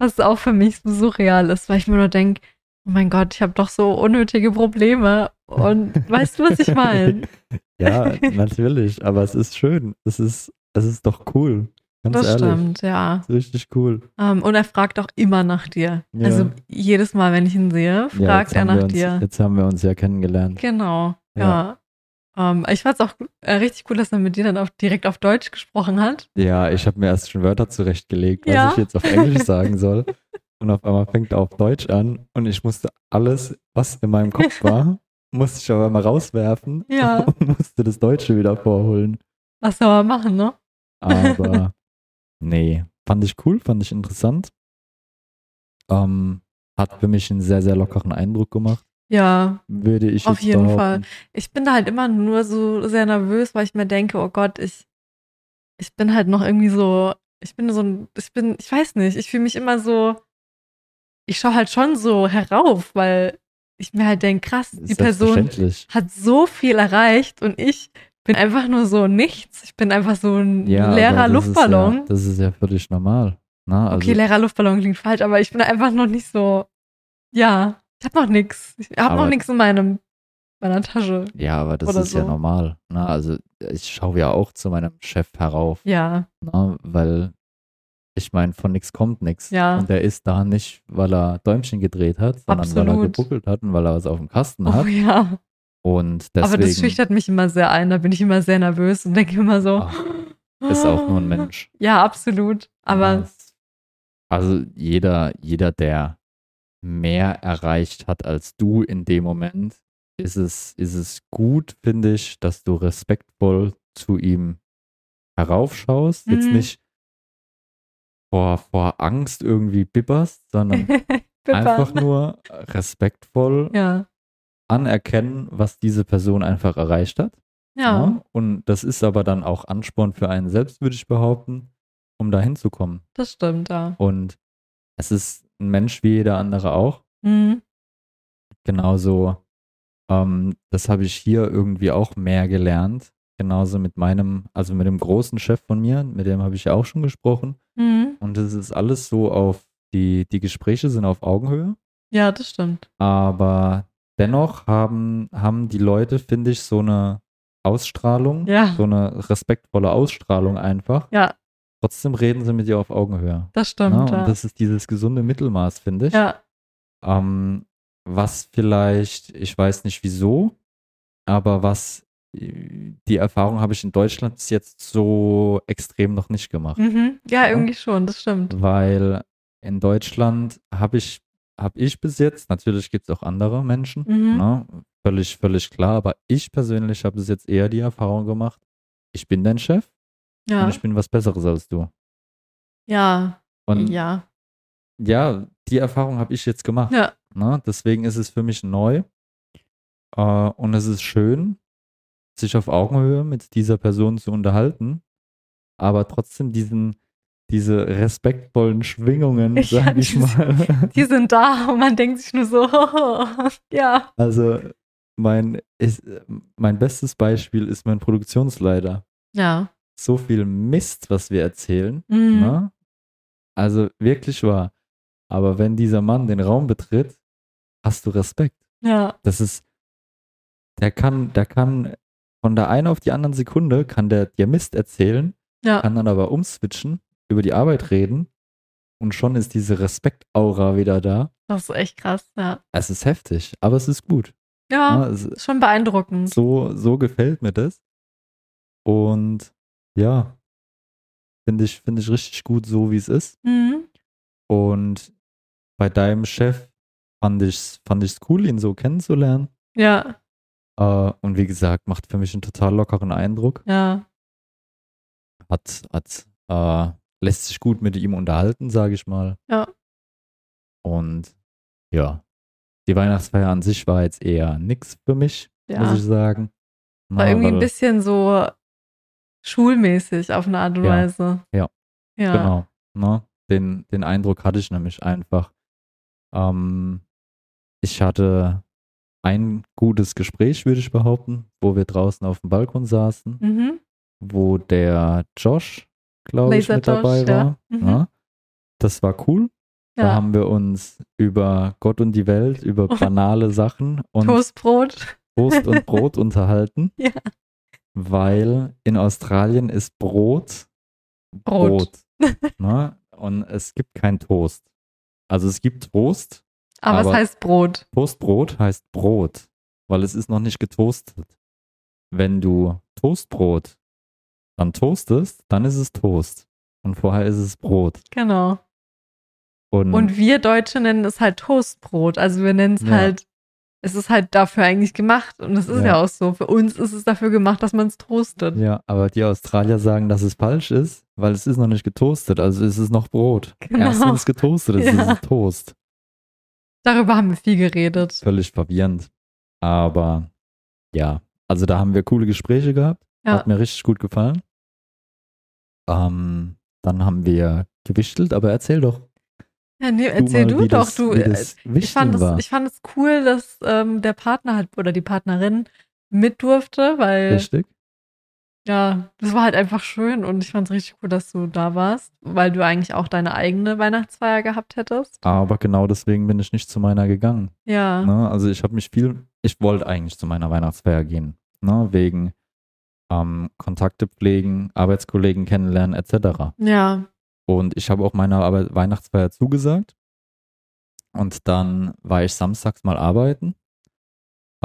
Was auch für mich so surreal ist, weil ich mir nur denke, oh mein Gott, ich habe doch so unnötige Probleme. Und weißt du, was ich meine? Ja, natürlich, aber es ist schön. Es ist, es ist doch cool. Ganz Das ehrlich. stimmt, ja. Ist richtig cool. Ähm, und er fragt auch immer nach dir. Ja. Also jedes Mal, wenn ich ihn sehe, Ja, fragt jetzt er haben wir nach uns, dir. Jetzt haben wir uns ja kennengelernt. Genau, ja. Ähm, ich fand es auch äh, richtig cool, dass er mit dir dann auch direkt auf Deutsch gesprochen hat. Ja, ich habe mir erst schon Wörter zurechtgelegt, was Ja. ich jetzt auf Englisch sagen soll. Und auf einmal fängt er auf Deutsch an und ich musste alles, was in meinem Kopf war, musste ich auf einmal rauswerfen Ja. und musste das Deutsche wieder vorholen. Was soll man machen, ne? Aber nee, fand ich cool, fand ich interessant. Ähm, hat für mich einen sehr, sehr lockeren Eindruck gemacht. Ja, würde ich Auf jetzt jeden behaupten. Fall. ich bin da halt immer nur so sehr nervös, weil ich mir denke, oh Gott, ich, ich bin halt noch irgendwie so, ich bin so ein, ich bin, ich weiß nicht, ich fühle mich immer so, ich schaue halt schon so herauf, weil ich mir halt denke, krass, die Person Selbstverständlich. hat so viel erreicht und ich bin einfach nur so nichts. Ich bin einfach so ein Ja, leerer aber das ist Luftballon. Ja, das ist ja völlig normal. Na, also, okay, leerer Luftballon klingt falsch, aber ich bin einfach noch nicht so, ja, ich habe noch nichts. Ich habe noch Aber- nichts in meinem, meiner Tasche. ja, aber das oder ist ja so. normal. Na, also ich schaue ja auch zu meinem Chef herauf, Ja. na, weil ich meine, von nichts kommt nichts. Ja. Und er ist da nicht, weil er Däumchen gedreht hat, sondern weil er Absolut. gebuckelt hat und weil er was auf dem Kasten Oh hat. ja, Und deswegen aber das schüchtert mich immer sehr ein. Da bin ich immer sehr nervös und denke immer so. Ach, ist auch nur ein Mensch. Ja, absolut. Ja, Ah, Aber es- also jeder, jeder, der mehr erreicht hat als du in dem Moment, ist es, ist es gut, finde ich, dass du respektvoll zu ihm heraufschaust. Jetzt Mhm. nicht vor, vor Angst irgendwie bibberst, sondern einfach Pippa. nur respektvoll Ja, anerkennen, was diese Person einfach erreicht hat. ja, Ja, Und das ist aber dann auch Ansporn für einen selbst, würde ich behaupten, um da hinzukommen. das stimmt, ja. Und es ist ein Mensch wie jeder andere auch. Mhm. Genauso, ähm, das habe ich hier irgendwie auch mehr gelernt. Genauso mit meinem, also mit dem großen Chef von mir, mit dem habe ich ja auch schon gesprochen. Mhm. Und es ist alles so auf, die, die Gespräche sind auf Augenhöhe. Ja, das stimmt. Aber dennoch haben, haben die Leute, finde ich, so eine Ausstrahlung, Ja. so eine respektvolle Ausstrahlung einfach. Ja, Trotzdem reden sie mit dir auf Augenhöhe. das Ja, stimmt. und Ja, das ist dieses gesunde Mittelmaß, finde ich. ja. Ähm, was vielleicht, ich weiß nicht wieso, aber was äh, die Erfahrung habe ich in Deutschland bis jetzt so extrem noch nicht gemacht. Mhm. ja irgendwie schon, das stimmt. Weil in Deutschland habe ich, habe ich bis jetzt, natürlich gibt es auch andere Menschen, Mhm. ne? völlig, völlig klar, aber ich persönlich habe bis jetzt eher die Erfahrung gemacht, ich bin dein Chef und Ja, ich bin was Besseres als du. ja, Und ja, ja, die Erfahrung habe ich jetzt gemacht. ja, Ne? Deswegen ist es für mich neu. Äh, und es ist schön, sich auf Augenhöhe mit dieser Person zu unterhalten, aber trotzdem diesen, diese respektvollen Schwingungen, Ich- sag ich mal. die sind da und man denkt sich nur so, ja, Also mein, ist, mein bestes Beispiel ist mein Produktionsleiter. ja, so viel Mist, was wir erzählen. Mhm. Ne? Also wirklich wahr. Aber wenn dieser Mann den Raum betritt, hast du Respekt. Ja, Das ist, der kann, der kann von der einen auf die anderen Sekunde kann der dir Mist erzählen, ja, kann dann aber umswitchen, über die Arbeit reden und schon ist diese Respektaura wieder da. das ist echt krass, ja. Es ist heftig, aber es ist gut. Ja, Ne? Es, ist schon beeindruckend. so, so gefällt mir das. Und ja, finde ich, finde ich richtig gut, so wie es ist. Mhm. Und bei deinem Chef fand ich es fand ich's cool, ihn so kennenzulernen. Ja, Äh, und wie gesagt, macht für mich einen total lockeren Eindruck. ja, Hat, hat, äh, lässt sich gut mit ihm unterhalten, sage ich mal. Ja. Und ja, die Weihnachtsfeier an sich war jetzt eher nix für mich, ja. muss ich sagen. War Na, irgendwie ein weil- bisschen so schulmäßig auf eine Art und Ja, Weise. ja, Ja. Genau. Ne? Den, den Eindruck hatte ich nämlich einfach. Ähm, ich hatte ein gutes Gespräch, würde ich behaupten, wo wir draußen auf dem Balkon saßen, Mhm. wo der Josh, glaube ich, Laser mit dabei Josh, ja. war. Mhm. Ne? Das war cool. Da Ja. haben wir uns über Gott und die Welt, über banale Sachen und Toastbrot. Toast und Brot unterhalten. Ja. Weil in Australien ist Brot Brot. ne? Und es gibt kein Toast. Also es gibt Toast. Aber, Aber- es heißt Brot. Toastbrot heißt Brot, weil es ist noch nicht getoastet. Wenn du Toastbrot dann toastest, dann ist es Toast. Und vorher ist es Brot. Genau. Und, Und wir Deutsche nennen es halt Toastbrot. Also wir nennen es Hm. Ja. halt, es ist halt dafür eigentlich gemacht. Und es ist ja. Ja. auch so. Für uns ist es dafür gemacht, dass man es toastet. ja, aber die Australier sagen, dass es falsch ist, weil es ist noch nicht getoastet, also es ist noch Brot. Genau. Erst wenn es getoastet ist, Ja. ist es Toast. Darüber haben wir viel geredet. Völlig verwirrend. Aber ja, also da haben wir coole Gespräche gehabt. Ja. Hat mir richtig gut gefallen. Ähm, dann haben wir gewichtelt, aber erzähl doch. Ja, nee, erzähl mal, du, wie doch, das, du. Wie äh, das Ich fand, Wichteln war. es, ich fand es cool, dass ähm, der Partner halt oder die Partnerin mit durfte, weil Richtig? ja, das war halt einfach schön und ich fand es richtig cool, dass du da warst, weil du eigentlich auch deine eigene Weihnachtsfeier gehabt hättest. Aber genau deswegen bin ich nicht zu meiner gegangen. Ja, Ne? Also ich habe mich viel, ich wollte eigentlich zu meiner Weihnachtsfeier gehen. Ne? Wegen ähm, Kontakte pflegen, Arbeitskollegen kennenlernen etc. ja, Und ich habe auch meiner Arbeit Weihnachtsfeier zugesagt. Und dann war ich samstags mal arbeiten.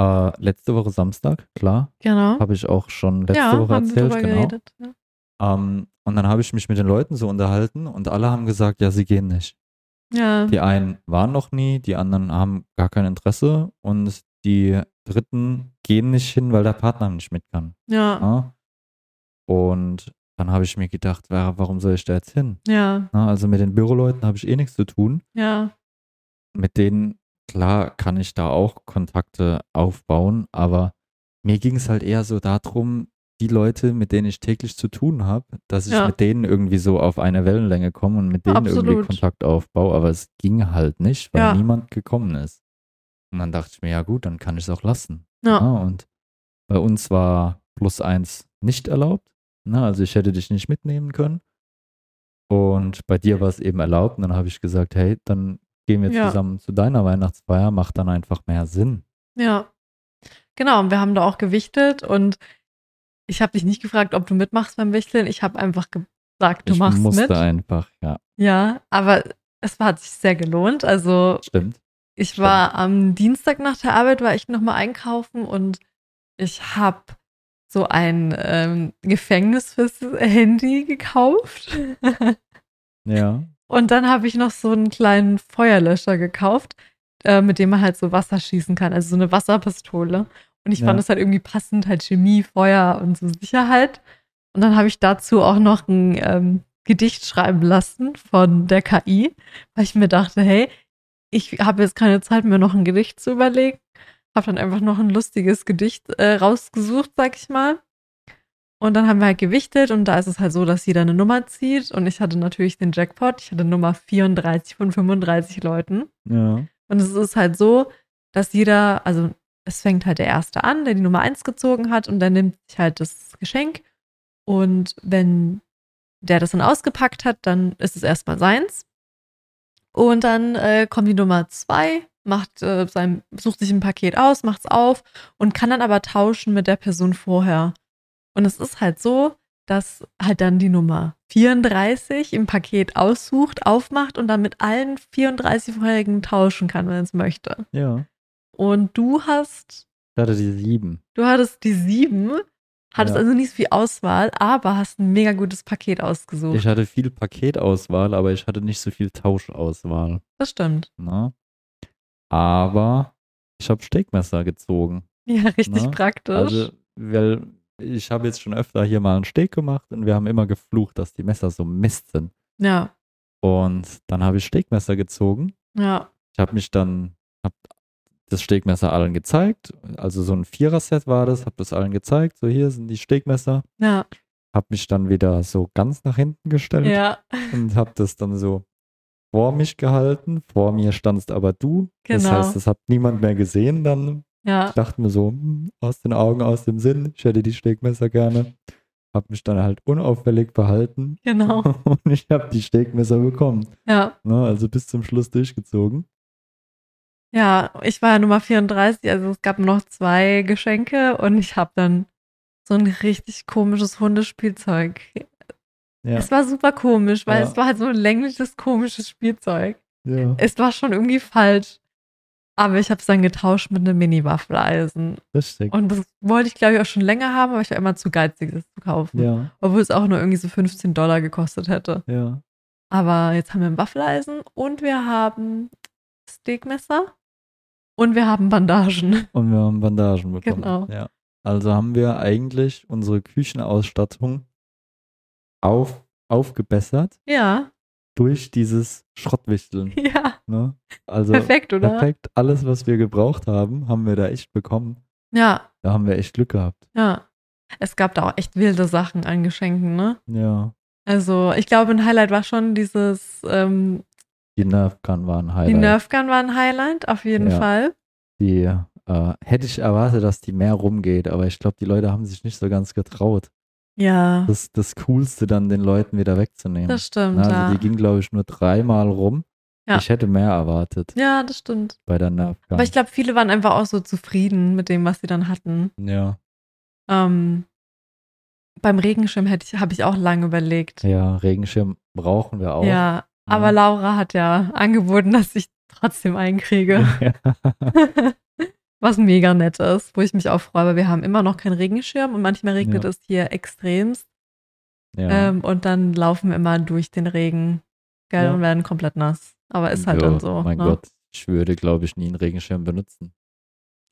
Äh, letzte Woche Samstag, klar. genau. Habe ich auch schon letzte ja, Woche erzählt, genau. geredet. Ja. Ähm, und dann habe ich mich mit den Leuten so unterhalten und alle haben gesagt, ja, sie gehen nicht. Ja, Die einen waren noch nie, die anderen haben gar kein Interesse und die dritten gehen nicht hin, weil der Partner nicht mit kann. ja, Ne? Und dann habe ich mir gedacht, wa- warum soll ich da jetzt hin? ja, Na, also mit den Büroleuten habe ich eh nichts zu tun. ja, Mit denen, klar, kann ich da auch Kontakte aufbauen, aber mir ging es halt eher so darum, die Leute, mit denen ich täglich zu tun habe, dass ich Ja. mit denen irgendwie so auf eine Wellenlänge komme und mit denen irgendwie Absolut. Kontakt aufbaue, aber es ging halt nicht, weil Ja. niemand gekommen ist. Und dann dachte ich mir, ja gut, dann kann ich es auch lassen. ja, Ja, und bei uns war plus eins nicht erlaubt. Na, also ich hätte dich nicht mitnehmen können. Und bei dir war es eben erlaubt. Und dann habe ich gesagt, hey, dann gehen wir Ja. zusammen zu deiner Weihnachtsfeier. Macht dann einfach mehr Sinn. ja. Genau, und wir haben da auch gewichtet und ich habe dich nicht gefragt, ob du mitmachst beim Wichteln. Ich habe einfach gesagt, du ich machst musste mit. einfach, ja, Ja, aber es war, hat sich sehr gelohnt. Also stimmt. ich war am Dienstag nach der Arbeit, war ich nochmal einkaufen und ich habe so ein ähm, Gefängnis fürs Handy gekauft. Ja, und dann habe ich noch so einen kleinen Feuerlöscher gekauft, äh, mit dem man halt so Wasser schießen kann, also so eine Wasserpistole. Und ich Ja. fand es halt irgendwie passend, halt Chemie, Feuer und so Sicherheit. Und dann habe ich dazu auch noch ein ähm, Gedicht schreiben lassen von der KI, weil ich mir dachte, hey, ich habe jetzt keine Zeit mehr, noch ein Gedicht zu überlegen. Habe dann einfach noch ein lustiges Gedicht äh, rausgesucht, sag ich mal. Und dann haben wir halt gewichtet und da ist es halt so, dass jeder eine Nummer zieht. Und ich hatte natürlich den Jackpot. Ich hatte Nummer 34 von 35 Leuten. ja, Und es ist halt so, dass jeder, also es fängt halt der Erste an, der die Nummer 1 gezogen hat und dann nimmt sich halt das Geschenk. Und wenn der das dann ausgepackt hat, dann ist es erstmal seins. Und dann äh, kommt die Nummer zwei, macht äh, sein, sucht sich ein Paket aus, macht's auf und kann dann aber tauschen mit der Person vorher. Und es ist halt so, dass halt dann die Nummer 34 im Paket aussucht, aufmacht und dann mit allen 34 vorherigen tauschen kann, wenn es möchte. Ja. Und du hast, Ich hatte die sieben. du hattest die sieben, hattest Ja. also nicht so viel Auswahl, aber hast ein mega gutes Paket ausgesucht. Ich hatte viel Paketauswahl, aber ich hatte nicht so viel Tauschauswahl. das stimmt. Ne? Aber ich habe Steakmesser gezogen. Ja, richtig Na, praktisch. Also, weil ich habe jetzt schon öfter hier mal einen Steak gemacht und wir haben immer geflucht, dass die Messer so Mist sind. ja, Und dann habe ich Steakmesser gezogen. ja. Ich habe mich dann, habe das Steakmesser allen gezeigt. Also so ein Vierer-Set war das, habe das allen gezeigt. So hier sind die Steakmesser. Ja, Habe mich dann wieder so ganz nach hinten gestellt ja, und habe das dann so vor mich gehalten. Vor mir standst aber du. Das Genau. heißt, das hat niemand mehr gesehen dann. Ich ja, dachte mir so, hm, aus den Augen, aus dem Sinn, ich hätte die Steakmesser gerne. Hab mich dann halt unauffällig verhalten genau. und ich habe die Steakmesser bekommen. Ja, Ne, also bis zum Schluss durchgezogen. ja, ich war ja Nummer 34, also es gab noch zwei Geschenke und ich habe dann so ein richtig komisches Hundespielzeug. Ja, Es war super komisch, weil Ja. es war halt so ein längliches, komisches Spielzeug. ja Es war schon irgendwie falsch. Aber ich habe es dann getauscht mit einem Mini-Waffeleisen. richtig. Und das wollte ich, glaube ich, auch schon länger haben, aber ich war immer zu geizig, das zu kaufen. Ja, Obwohl es auch nur irgendwie so 15 Dollar gekostet hätte. ja, Aber jetzt haben wir ein Waffeleisen und wir haben Steakmesser und wir haben Bandagen. und wir haben Bandagen bekommen. Genau. Ja. Also haben wir eigentlich unsere Küchenausstattung auf, aufgebessert Ja, durch dieses Schrottwichteln. ja, Ne? Also perfekt, oder? perfekt, alles, was wir gebraucht haben, haben wir da echt bekommen. Ja, Da haben wir echt Glück gehabt. ja. Es gab da auch echt wilde Sachen an Geschenken, ne? Ja. Also, ich glaube, ein Highlight war schon dieses, ähm, Die Nerf Gun war ein die Highlight. Nerf Gun war ein Highlight, auf jeden Ja. Fall. Die, äh, hätte ich erwartet, dass die mehr rumgeht, aber ich glaube, die Leute haben sich nicht so ganz getraut, Ja, das, das, das Coolste dann den Leuten wieder wegzunehmen. stimmt, Na, also ja. die ging, glaube ich, nur dreimal rum. Ja. Ich hätte mehr erwartet Ja, das stimmt. bei der Nerf Gun. Aber ich glaube, viele waren einfach auch so zufrieden mit dem, was sie dann hatten. ja. Ähm, beim Regenschirm hätte ich, habe ich auch lange überlegt. ja, Regenschirm brauchen wir auch. Ja, aber Ja. Laura hat ja angeboten, dass ich trotzdem einkriege, Ja. was mega nett ist, wo ich mich auch freue, weil wir haben immer noch keinen Regenschirm und manchmal regnet Ja. es hier extremst ja. ähm, und dann laufen wir immer durch den Regen gell, Ja. und werden komplett nass. Aber ist halt ja, dann so. Mein ne? Gott, ich würde, glaube ich, nie einen Regenschirm benutzen.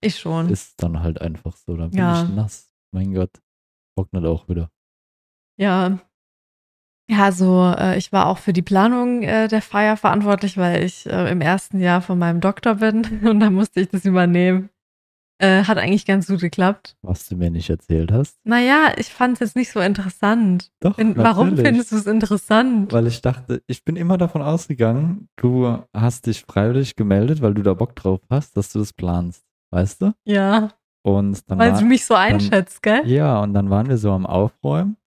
Ich schon. Ist dann halt einfach so. Dann bin Mhm. Ja. ich nass. Mein Gott. Trocknet auch wieder. Ja. Ja, also äh, ich war auch für die Planung äh, der Feier verantwortlich, weil ich äh, im ersten Jahr von meinem Doktor bin und dann musste ich das übernehmen. Äh, hat eigentlich ganz gut geklappt. Was du mir nicht erzählt hast. Naja, ich fand es jetzt nicht so interessant. Doch, In, warum natürlich. findest du es interessant? Weil ich dachte, ich bin immer davon ausgegangen, du hast dich freiwillig gemeldet, weil du da Bock drauf hast, dass du das planst, weißt du? Ja, Und dann weil du war, mich so einschätzt, gell? ja, und dann waren wir so am Aufräumen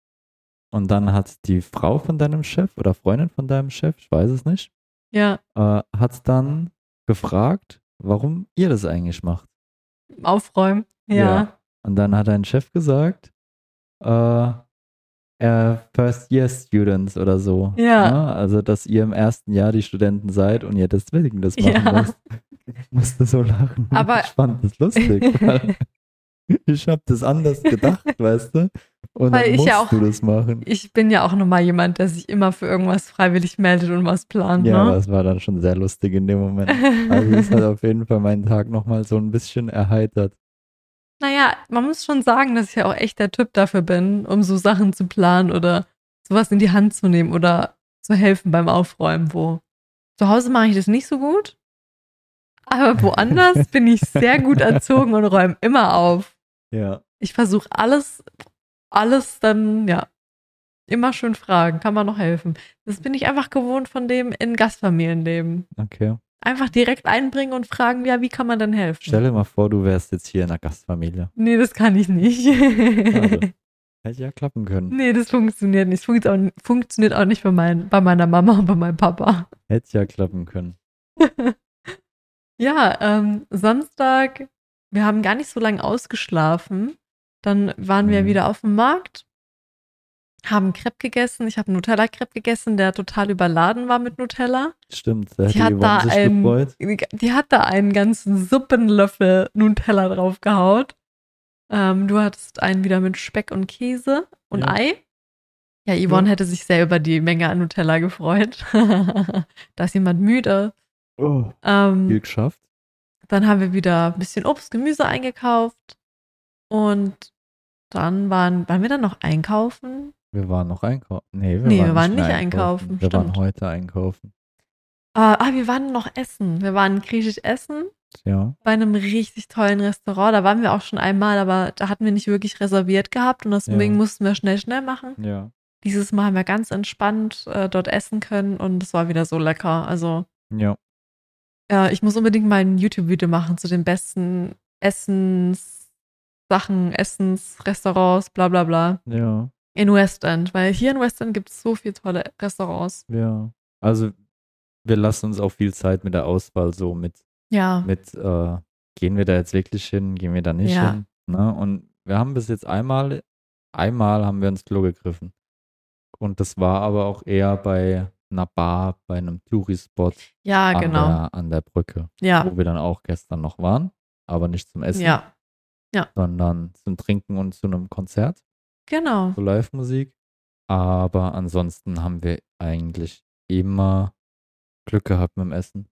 und dann hat die Frau von deinem Chef oder Freundin von deinem Chef, ich weiß es nicht, Ja, äh, hat dann gefragt, warum ihr das eigentlich macht. aufräumen. Ja. Ja. Und dann hat dein Chef gesagt, äh, äh, First Year Students oder so. Ja. Ne? Also, dass ihr im ersten Jahr die Studenten seid und ihr deswegen das machen Ja. lasst. Ich musste so lachen. Aber- ich fand das lustig, weil ich habe das anders gedacht, weißt du? Und Weil dann ich musst ja auch- du das machen. Ich bin ja auch nochmal jemand, der sich immer für irgendwas freiwillig meldet und was plant, Ja, aber ne? es war dann schon sehr lustig in dem Moment. Also es hat auf jeden Fall meinen Tag nochmal so ein bisschen erheitert. Naja, man muss schon sagen, dass ich ja auch echt der Typ dafür bin, um so Sachen zu planen oder sowas in die Hand zu nehmen oder zu helfen beim Aufräumen, wo. Zu Hause mache ich das nicht so gut, aber woanders bin ich sehr gut erzogen und räume immer auf. Ja. Ich versuche alles, alles dann, ja, immer schön fragen, kann man noch helfen. Das bin ich einfach gewohnt von dem in Gastfamilienleben. Okay. Einfach direkt einbringen und fragen, ja, wie kann man denn helfen? Stell dir mal vor, du wärst jetzt hier in einer Gastfamilie. Nee, das kann ich nicht. Schade. Hätte ja klappen können. Nee, das funktioniert nicht. Funkt auch, funktioniert auch nicht bei, mein, bei meiner Mama und bei meinem Papa. Hätte ja klappen können. Ja, ähm, Samstag, wir haben gar nicht so lange ausgeschlafen. Dann waren wir Mhm. wieder auf dem Markt, haben Crepe gegessen. Ich habe einen Nutella-Crepe gegessen, der total überladen war mit Nutella. Stimmt, da hätte Die hat da ähm, Yvonne sich einen, gefreut. die hat da einen ganzen Suppenlöffel Nutella draufgehaut. Ähm, du hattest einen wieder mit Speck und Käse und Ja. Ei. Ja, Yvonne hätte sich sehr über die Menge an Nutella gefreut. da ist jemand müde. Oh, Ähm, viel geschafft. Dann haben wir wieder ein bisschen Obst, Gemüse eingekauft. Und dann waren, waren wir dann noch einkaufen? Wir waren noch einkaufen. Nee, wir Nee, waren, wir waren mehr nicht einkaufen, Wir waren stimmt. heute einkaufen. Äh, ah, wir waren noch essen. Wir waren griechisch essen Ja. bei einem richtig tollen Restaurant. Da waren wir auch schon einmal, aber da hatten wir nicht wirklich reserviert gehabt und deswegen Ja. Mhm. mussten wir schnell, schnell machen. Ja. Dieses Mal haben wir ganz entspannt äh, dort essen können und es war wieder so lecker. Also, Ja. äh, ich muss unbedingt mal ein YouTube-Video machen zu den besten Essenssachen, Essensrestaurants, bla bla bla. Ja. In West End, weil hier in West End gibt es so viele tolle Restaurants. Ja. Also wir lassen uns auch viel Zeit mit der Auswahl so mit, Ja. mit äh, gehen wir da jetzt wirklich hin, gehen wir da nicht Ja. hin. Ne? Und wir haben bis jetzt einmal, einmal haben wir ins Klo gegriffen. Und das war aber auch eher bei einer Bar, bei einem Touri-Spot Ja, an, genau. der, an der Brücke, Ja. wo wir dann auch gestern noch waren, aber nicht zum Essen, Ja. sondern zum Trinken und zu einem Konzert. Genau. so Live-Musik. Aber ansonsten haben wir eigentlich immer Glück gehabt mit dem Essen.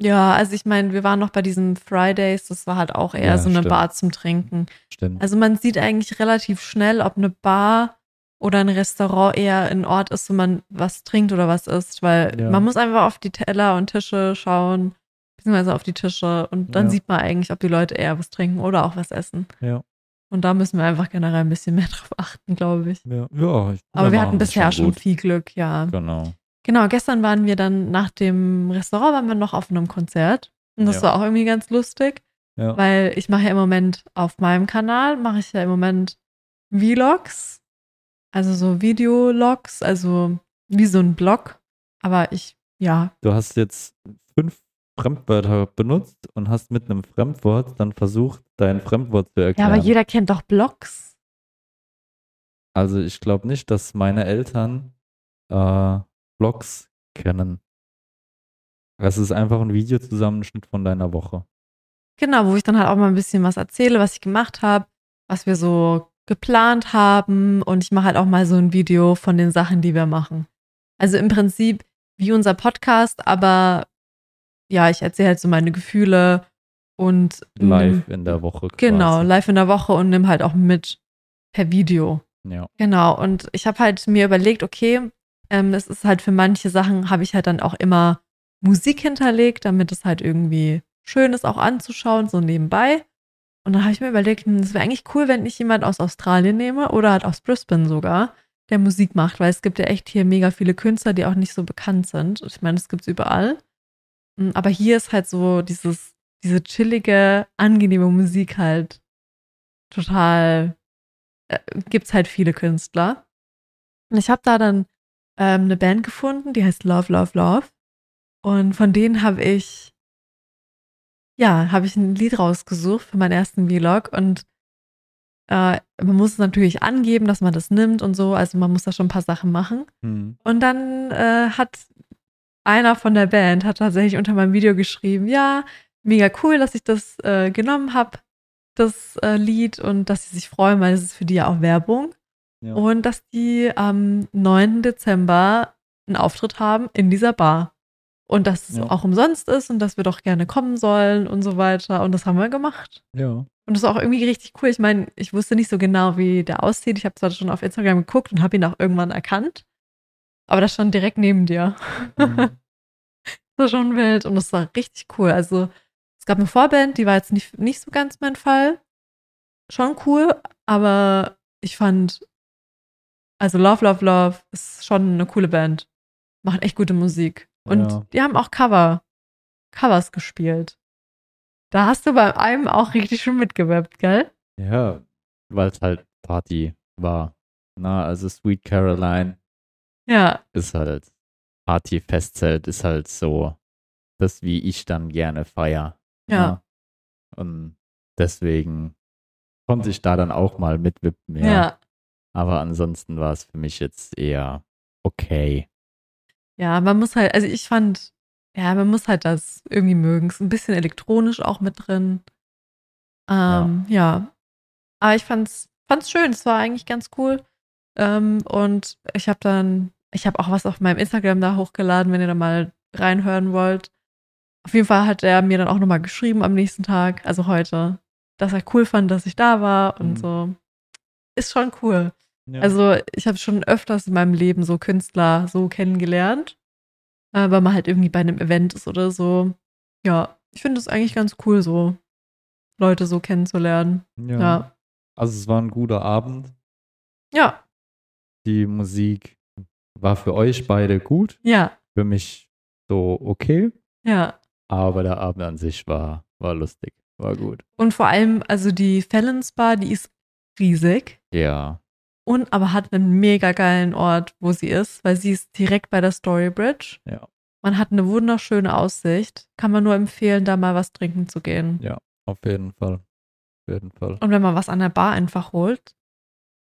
Ja, also ich meine, wir waren noch bei diesem Fridays, das war halt auch eher Ja, so eine stimmt. Bar zum Trinken. Stimmt. Also man sieht eigentlich relativ schnell, ob eine Bar oder ein Restaurant eher ein Ort ist, wo man was trinkt oder was isst, weil Ja. man muss einfach auf die Teller und Tische schauen, beziehungsweise auf die Tische und dann Ja. sieht man eigentlich, ob die Leute eher was trinken oder auch was essen. Ja. Und da müssen wir einfach generell ein bisschen mehr drauf achten, glaube ich. ja, ja ich, Aber wir hatten machen das bisher schon, gut. viel Glück, ja. Genau. Genau, gestern waren wir dann nach dem Restaurant, waren wir noch auf einem Konzert. Und das Ja. war auch irgendwie ganz lustig, Ja. weil ich mache ja im Moment auf meinem Kanal, mache ich ja im Moment Vlogs, also so Videologs, also wie so ein Blog. Aber ich, ja, Du hast jetzt fünf Fremdwörter benutzt und hast mit einem Fremdwort dann versucht, dein Fremdwort zu ja, erklären. aber jeder kennt doch Blogs. also ich glaube nicht, dass meine Eltern äh, Blogs kennen. Das ist einfach ein Videozusammenschnitt von deiner Woche. Genau, wo ich dann halt auch mal ein bisschen was erzähle, was ich gemacht habe, was wir so geplant haben und ich mache halt auch mal so ein Video von den Sachen, die wir machen. Also im Prinzip wie unser Podcast, aber ja, ich erzähle halt so meine Gefühle und Live nimm- in der Woche. Quasi. Mhm. Genau, live in der Woche und nimm halt auch mit per Video. Ja. Genau, und ich habe halt mir überlegt, okay, ähm, es ist halt für manche Sachen, habe ich halt dann auch immer Musik hinterlegt, damit es halt irgendwie schön ist, auch anzuschauen, so nebenbei. Und dann habe ich mir überlegt, hm, es wäre eigentlich cool, wenn ich jemand aus Australien nehme oder halt aus Brisbane sogar, der Musik macht, weil es gibt ja echt hier mega viele Künstler, die auch nicht so bekannt sind. Ich meine, das gibt's überall. Hm, Aber hier ist halt so dieses, diese chillige, angenehme Musik halt total gibt es halt viele Künstler. Und ich habe da dann ähm, eine Band gefunden, die heißt Love, Love, Love. Und von denen habe ich, ja, habe ich ein Lied rausgesucht für meinen ersten Vlog. Und äh, man muss es natürlich angeben, dass man das nimmt und so. Also man muss da schon ein paar Sachen machen. Hm. Und dann äh, hat einer von der Band hat tatsächlich unter meinem Video geschrieben, ja, mega cool, dass ich das äh, genommen habe, das äh, Lied und dass sie sich freuen, weil es ist für die ja auch Werbung. Ja. Und dass die am 9. Dezember einen Auftritt haben in dieser Bar. Und dass es Ja. auch umsonst ist und dass wir doch gerne kommen sollen und so weiter. Und das haben wir gemacht. Ja. Und das war auch irgendwie richtig cool. Ich meine, ich wusste nicht so genau, wie der aussieht. Ich habe zwar schon auf Instagram geguckt und habe ihn auch irgendwann erkannt, aber das stand direkt neben dir. Mhm. Das war schon wild und das war richtig cool. Also es gab eine Vorband, die war jetzt nicht, nicht so ganz mein Fall. Schon cool, aber ich fand, also Love, Love, Love ist schon eine coole Band. Machen echt gute Musik. Und Ja. die haben auch Cover, Covers gespielt. Da hast du bei einem auch richtig schön mitgewirkt, gell? Ja, weil es halt Party war. na, also Sweet Caroline Ja, ist halt Party-Festzelt, ist halt so das, wie ich dann gerne feier. ja, ne? Und deswegen konnte ich da dann auch mal mitwippen, ja. ja. Aber ansonsten war es für mich jetzt eher okay. Ja, man muss halt, also ich fand, ja, man muss halt das irgendwie mögen. Ist ein bisschen elektronisch auch mit drin. Ähm, ja. Aber ich fand's, fand's schön. Es war eigentlich ganz cool. Ähm, und ich habe dann, ich habe auch was auf meinem Instagram da hochgeladen, wenn ihr da mal reinhören wollt. Auf jeden Fall hat er mir dann auch nochmal geschrieben am nächsten Tag, also heute, dass er cool fand, dass ich da war und Mhm. so. Ist schon cool. Also ich habe schon öfters in meinem Leben so Künstler so kennengelernt, äh, weil man halt irgendwie bei einem Event ist oder so. Ja, ich finde es eigentlich ganz cool, so Leute so kennenzulernen. ja. Ja, Also es war ein guter Abend. ja, Die Musik war für euch beide gut, ja, für mich so okay, ja. aber der Abend an sich war, war lustig, war gut. Und vor allem, also die Fallons Bar, die ist riesig Ja, und aber hat einen mega geilen Ort, wo sie ist, weil sie ist direkt bei der Story Bridge. Ja. Man hat eine wunderschöne Aussicht. Kann man nur empfehlen, da mal was trinken zu gehen. auf jeden Fall. Auf jeden Fall. Und wenn man was an der Bar einfach holt,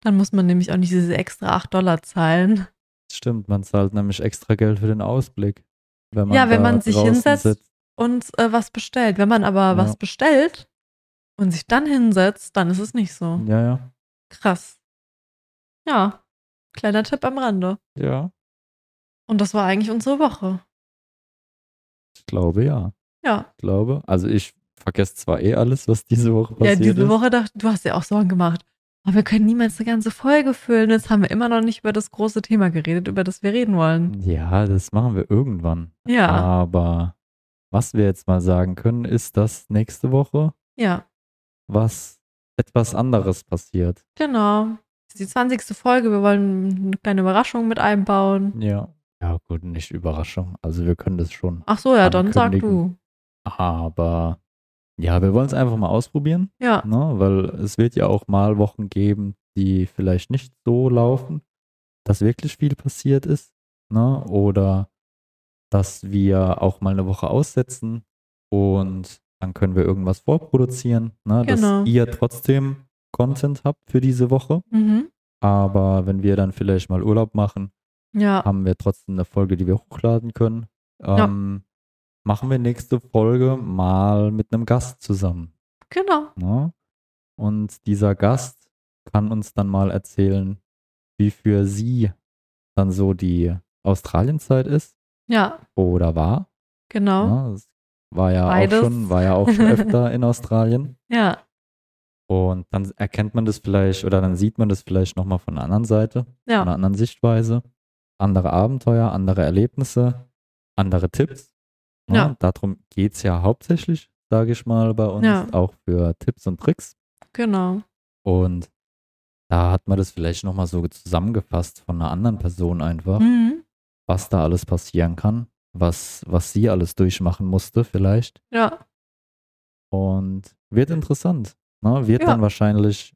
dann muss man nämlich auch nicht diese extra 8 Dollar zahlen. Stimmt, man zahlt nämlich extra Geld für den Ausblick. Wenn Ja, wenn da man sich draußen hinsetzt. sitzt. Und äh, was bestellt. Wenn man aber Ja. was bestellt und sich dann hinsetzt, dann ist es nicht so. Ja, ja. Krass. Ja, kleiner Tipp am Rande. Ja, Und das war eigentlich unsere Woche. ich glaube ja. Ja, Ich glaube, also ich vergesse zwar eh alles, was diese Woche passiert ja diese ist. Woche dachte du hast ja auch Sorgen gemacht. Aber wir können niemals eine ganze Folge füllen. Jetzt haben wir immer noch nicht über das große Thema geredet, über das wir reden wollen. Ja, das machen wir irgendwann. Ja, Aber was wir jetzt mal sagen können, ist, dass nächste Woche ja, was etwas anderes passiert. genau. Das ist die 20. Folge. Wir wollen eine kleine Überraschung mit einbauen. Ja. Ja, gut, nicht Überraschung. Also wir können das schon. Ach so, ja, dann sag du. ankündigen. Aber ja, wir wollen es einfach mal ausprobieren, Ja, ne? weil es wird ja auch mal Wochen geben, die vielleicht nicht so laufen, dass wirklich viel passiert ist. Ne? Oder dass wir auch mal eine Woche aussetzen und dann können wir irgendwas vorproduzieren, ne? Genau. dass ihr trotzdem Content habt für diese Woche. mhm. Aber wenn wir dann vielleicht mal Urlaub machen, ja, haben wir trotzdem eine Folge, die wir hochladen können. Ähm, Machen wir nächste Folge mal mit einem Gast zusammen. genau. Ne? Und dieser Gast kann uns dann mal erzählen, wie für sie dann so die Australienzeit ist Ja, oder war. genau. Ne? Das war ja Beides. auch schon, war ja auch schon öfter in Australien. Ja, Und dann erkennt man das vielleicht oder dann sieht man das vielleicht nochmal von der anderen Seite ja, einer anderen Sichtweise, andere Abenteuer, andere Erlebnisse, andere Tipps. Ne? Ja. Darum geht es ja hauptsächlich, sage ich mal, bei uns, Ja. auch für Tipps und Tricks. genau. Und da hat man das vielleicht nochmal so zusammengefasst von einer anderen Person einfach, Mhm. was da alles passieren kann, was, was sie alles durchmachen musste vielleicht. Ja, Und wird interessant. Ne? Wird Ja. dann wahrscheinlich,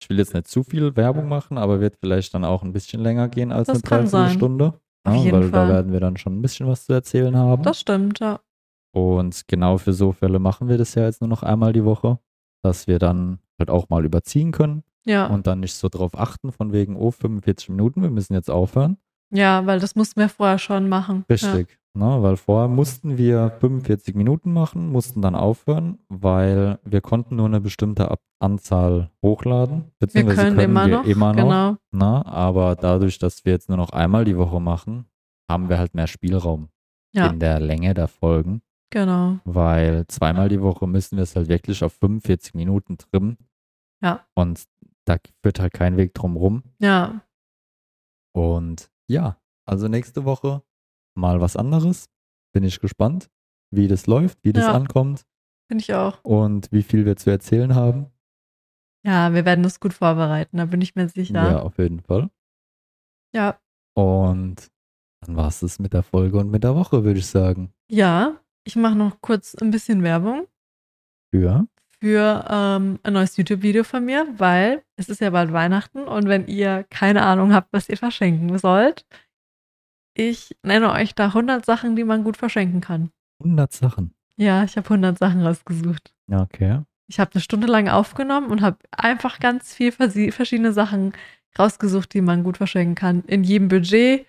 ich will jetzt nicht zu viel Werbung machen, aber wird vielleicht dann auch ein bisschen länger gehen als Das eine kann Dreiviertelstunde. ne? Auf jeden weil Fall. da werden wir dann schon ein bisschen was zu erzählen haben. das stimmt, ja. Und genau für so Fälle machen wir das ja jetzt nur noch einmal die Woche, dass wir dann halt auch mal überziehen können Ja, und dann nicht so drauf achten, von wegen, oh, 45 Minuten, wir müssen jetzt aufhören. ja, weil das mussten wir vorher schon machen. Richtig, ne? weil vorher mussten wir 45 Minuten machen, mussten dann aufhören, weil wir konnten nur eine bestimmte Ab Anzahl hochladen, Ja. Wir beziehungsweise können, immer, wir noch, immer noch. Genau, Ne? Aber dadurch, dass wir jetzt nur noch einmal die Woche machen, haben wir halt mehr Spielraum ja, in der Länge der Folgen, genau. weil zweimal die Woche müssen wir es halt wirklich auf 45 Minuten trimmen. Ja. Und da führt halt kein Weg drum rum. Ja, Und ja, also nächste Woche mal was anderes. Bin ich gespannt, wie das läuft, wie das Ja. ankommt finde ich auch. und wie viel wir zu erzählen haben. Ja, wir werden das gut vorbereiten, da bin ich mir Ja, sicher. auf jeden Fall. Ja, Und dann war es das mit der Folge und mit der Woche, würde ich sagen. ja. Ich mache noch kurz ein bisschen Werbung Für für ähm, ein neues YouTube-Video von mir, weil es ist ja bald Weihnachten und wenn ihr keine Ahnung habt, was ihr verschenken sollt, ich nenne euch da 100 Sachen, die man gut verschenken kann. 100 Sachen. Ja, ich habe 100 Sachen rausgesucht. Ja, okay. Ich habe eine Stunde lang aufgenommen und habe einfach ganz viel versi- verschiedene Sachen rausgesucht, die man gut verschenken kann. In jedem Budget,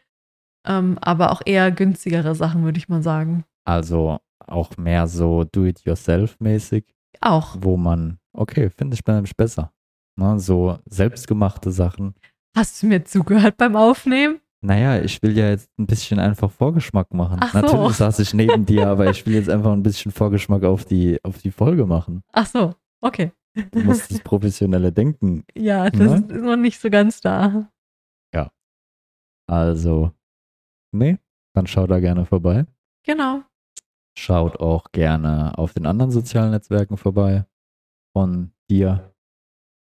ähm, aber auch eher günstigere Sachen, würde ich mal sagen. Also auch mehr so do-it-yourself-mäßig, Auch. wo man, okay, finde ich bei besser. Ne, so selbstgemachte Sachen. Hast du mir zugehört beim Aufnehmen? Naja, ich will ja jetzt ein bisschen einfach Vorgeschmack machen. Ach so. Natürlich saß ich neben dir, aber ich will jetzt einfach ein bisschen Vorgeschmack auf die, auf die Folge machen. Ach so, okay. Du musst das professionelle Denken. Ja, das Ja. ist noch nicht so ganz da. Also, nee, dann schau da gerne vorbei. Genau. Schaut auch gerne auf den anderen sozialen Netzwerken vorbei. Von dir.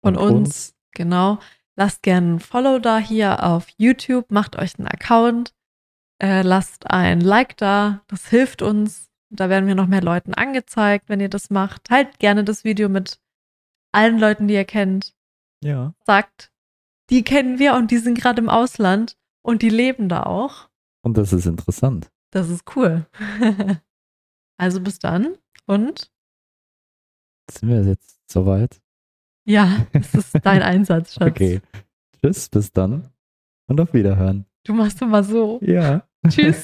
Von und uns. Genau. Lasst gerne ein Follow da hier auf YouTube, macht euch einen Account, äh, lasst ein Like da, das hilft uns. Da werden wir noch mehr Leuten angezeigt, wenn ihr das macht. Teilt gerne das Video mit allen Leuten, die ihr kennt. Ja. Sagt, die kennen wir und die sind gerade im Ausland und die leben da auch. Und das ist interessant. Das ist cool. also bis dann und Sind wir jetzt soweit? ja, es ist dein Einsatz, Schatz. Okay. Tschüss, bis dann. Und auf Wiederhören. Du machst immer so. Ja. Tschüss.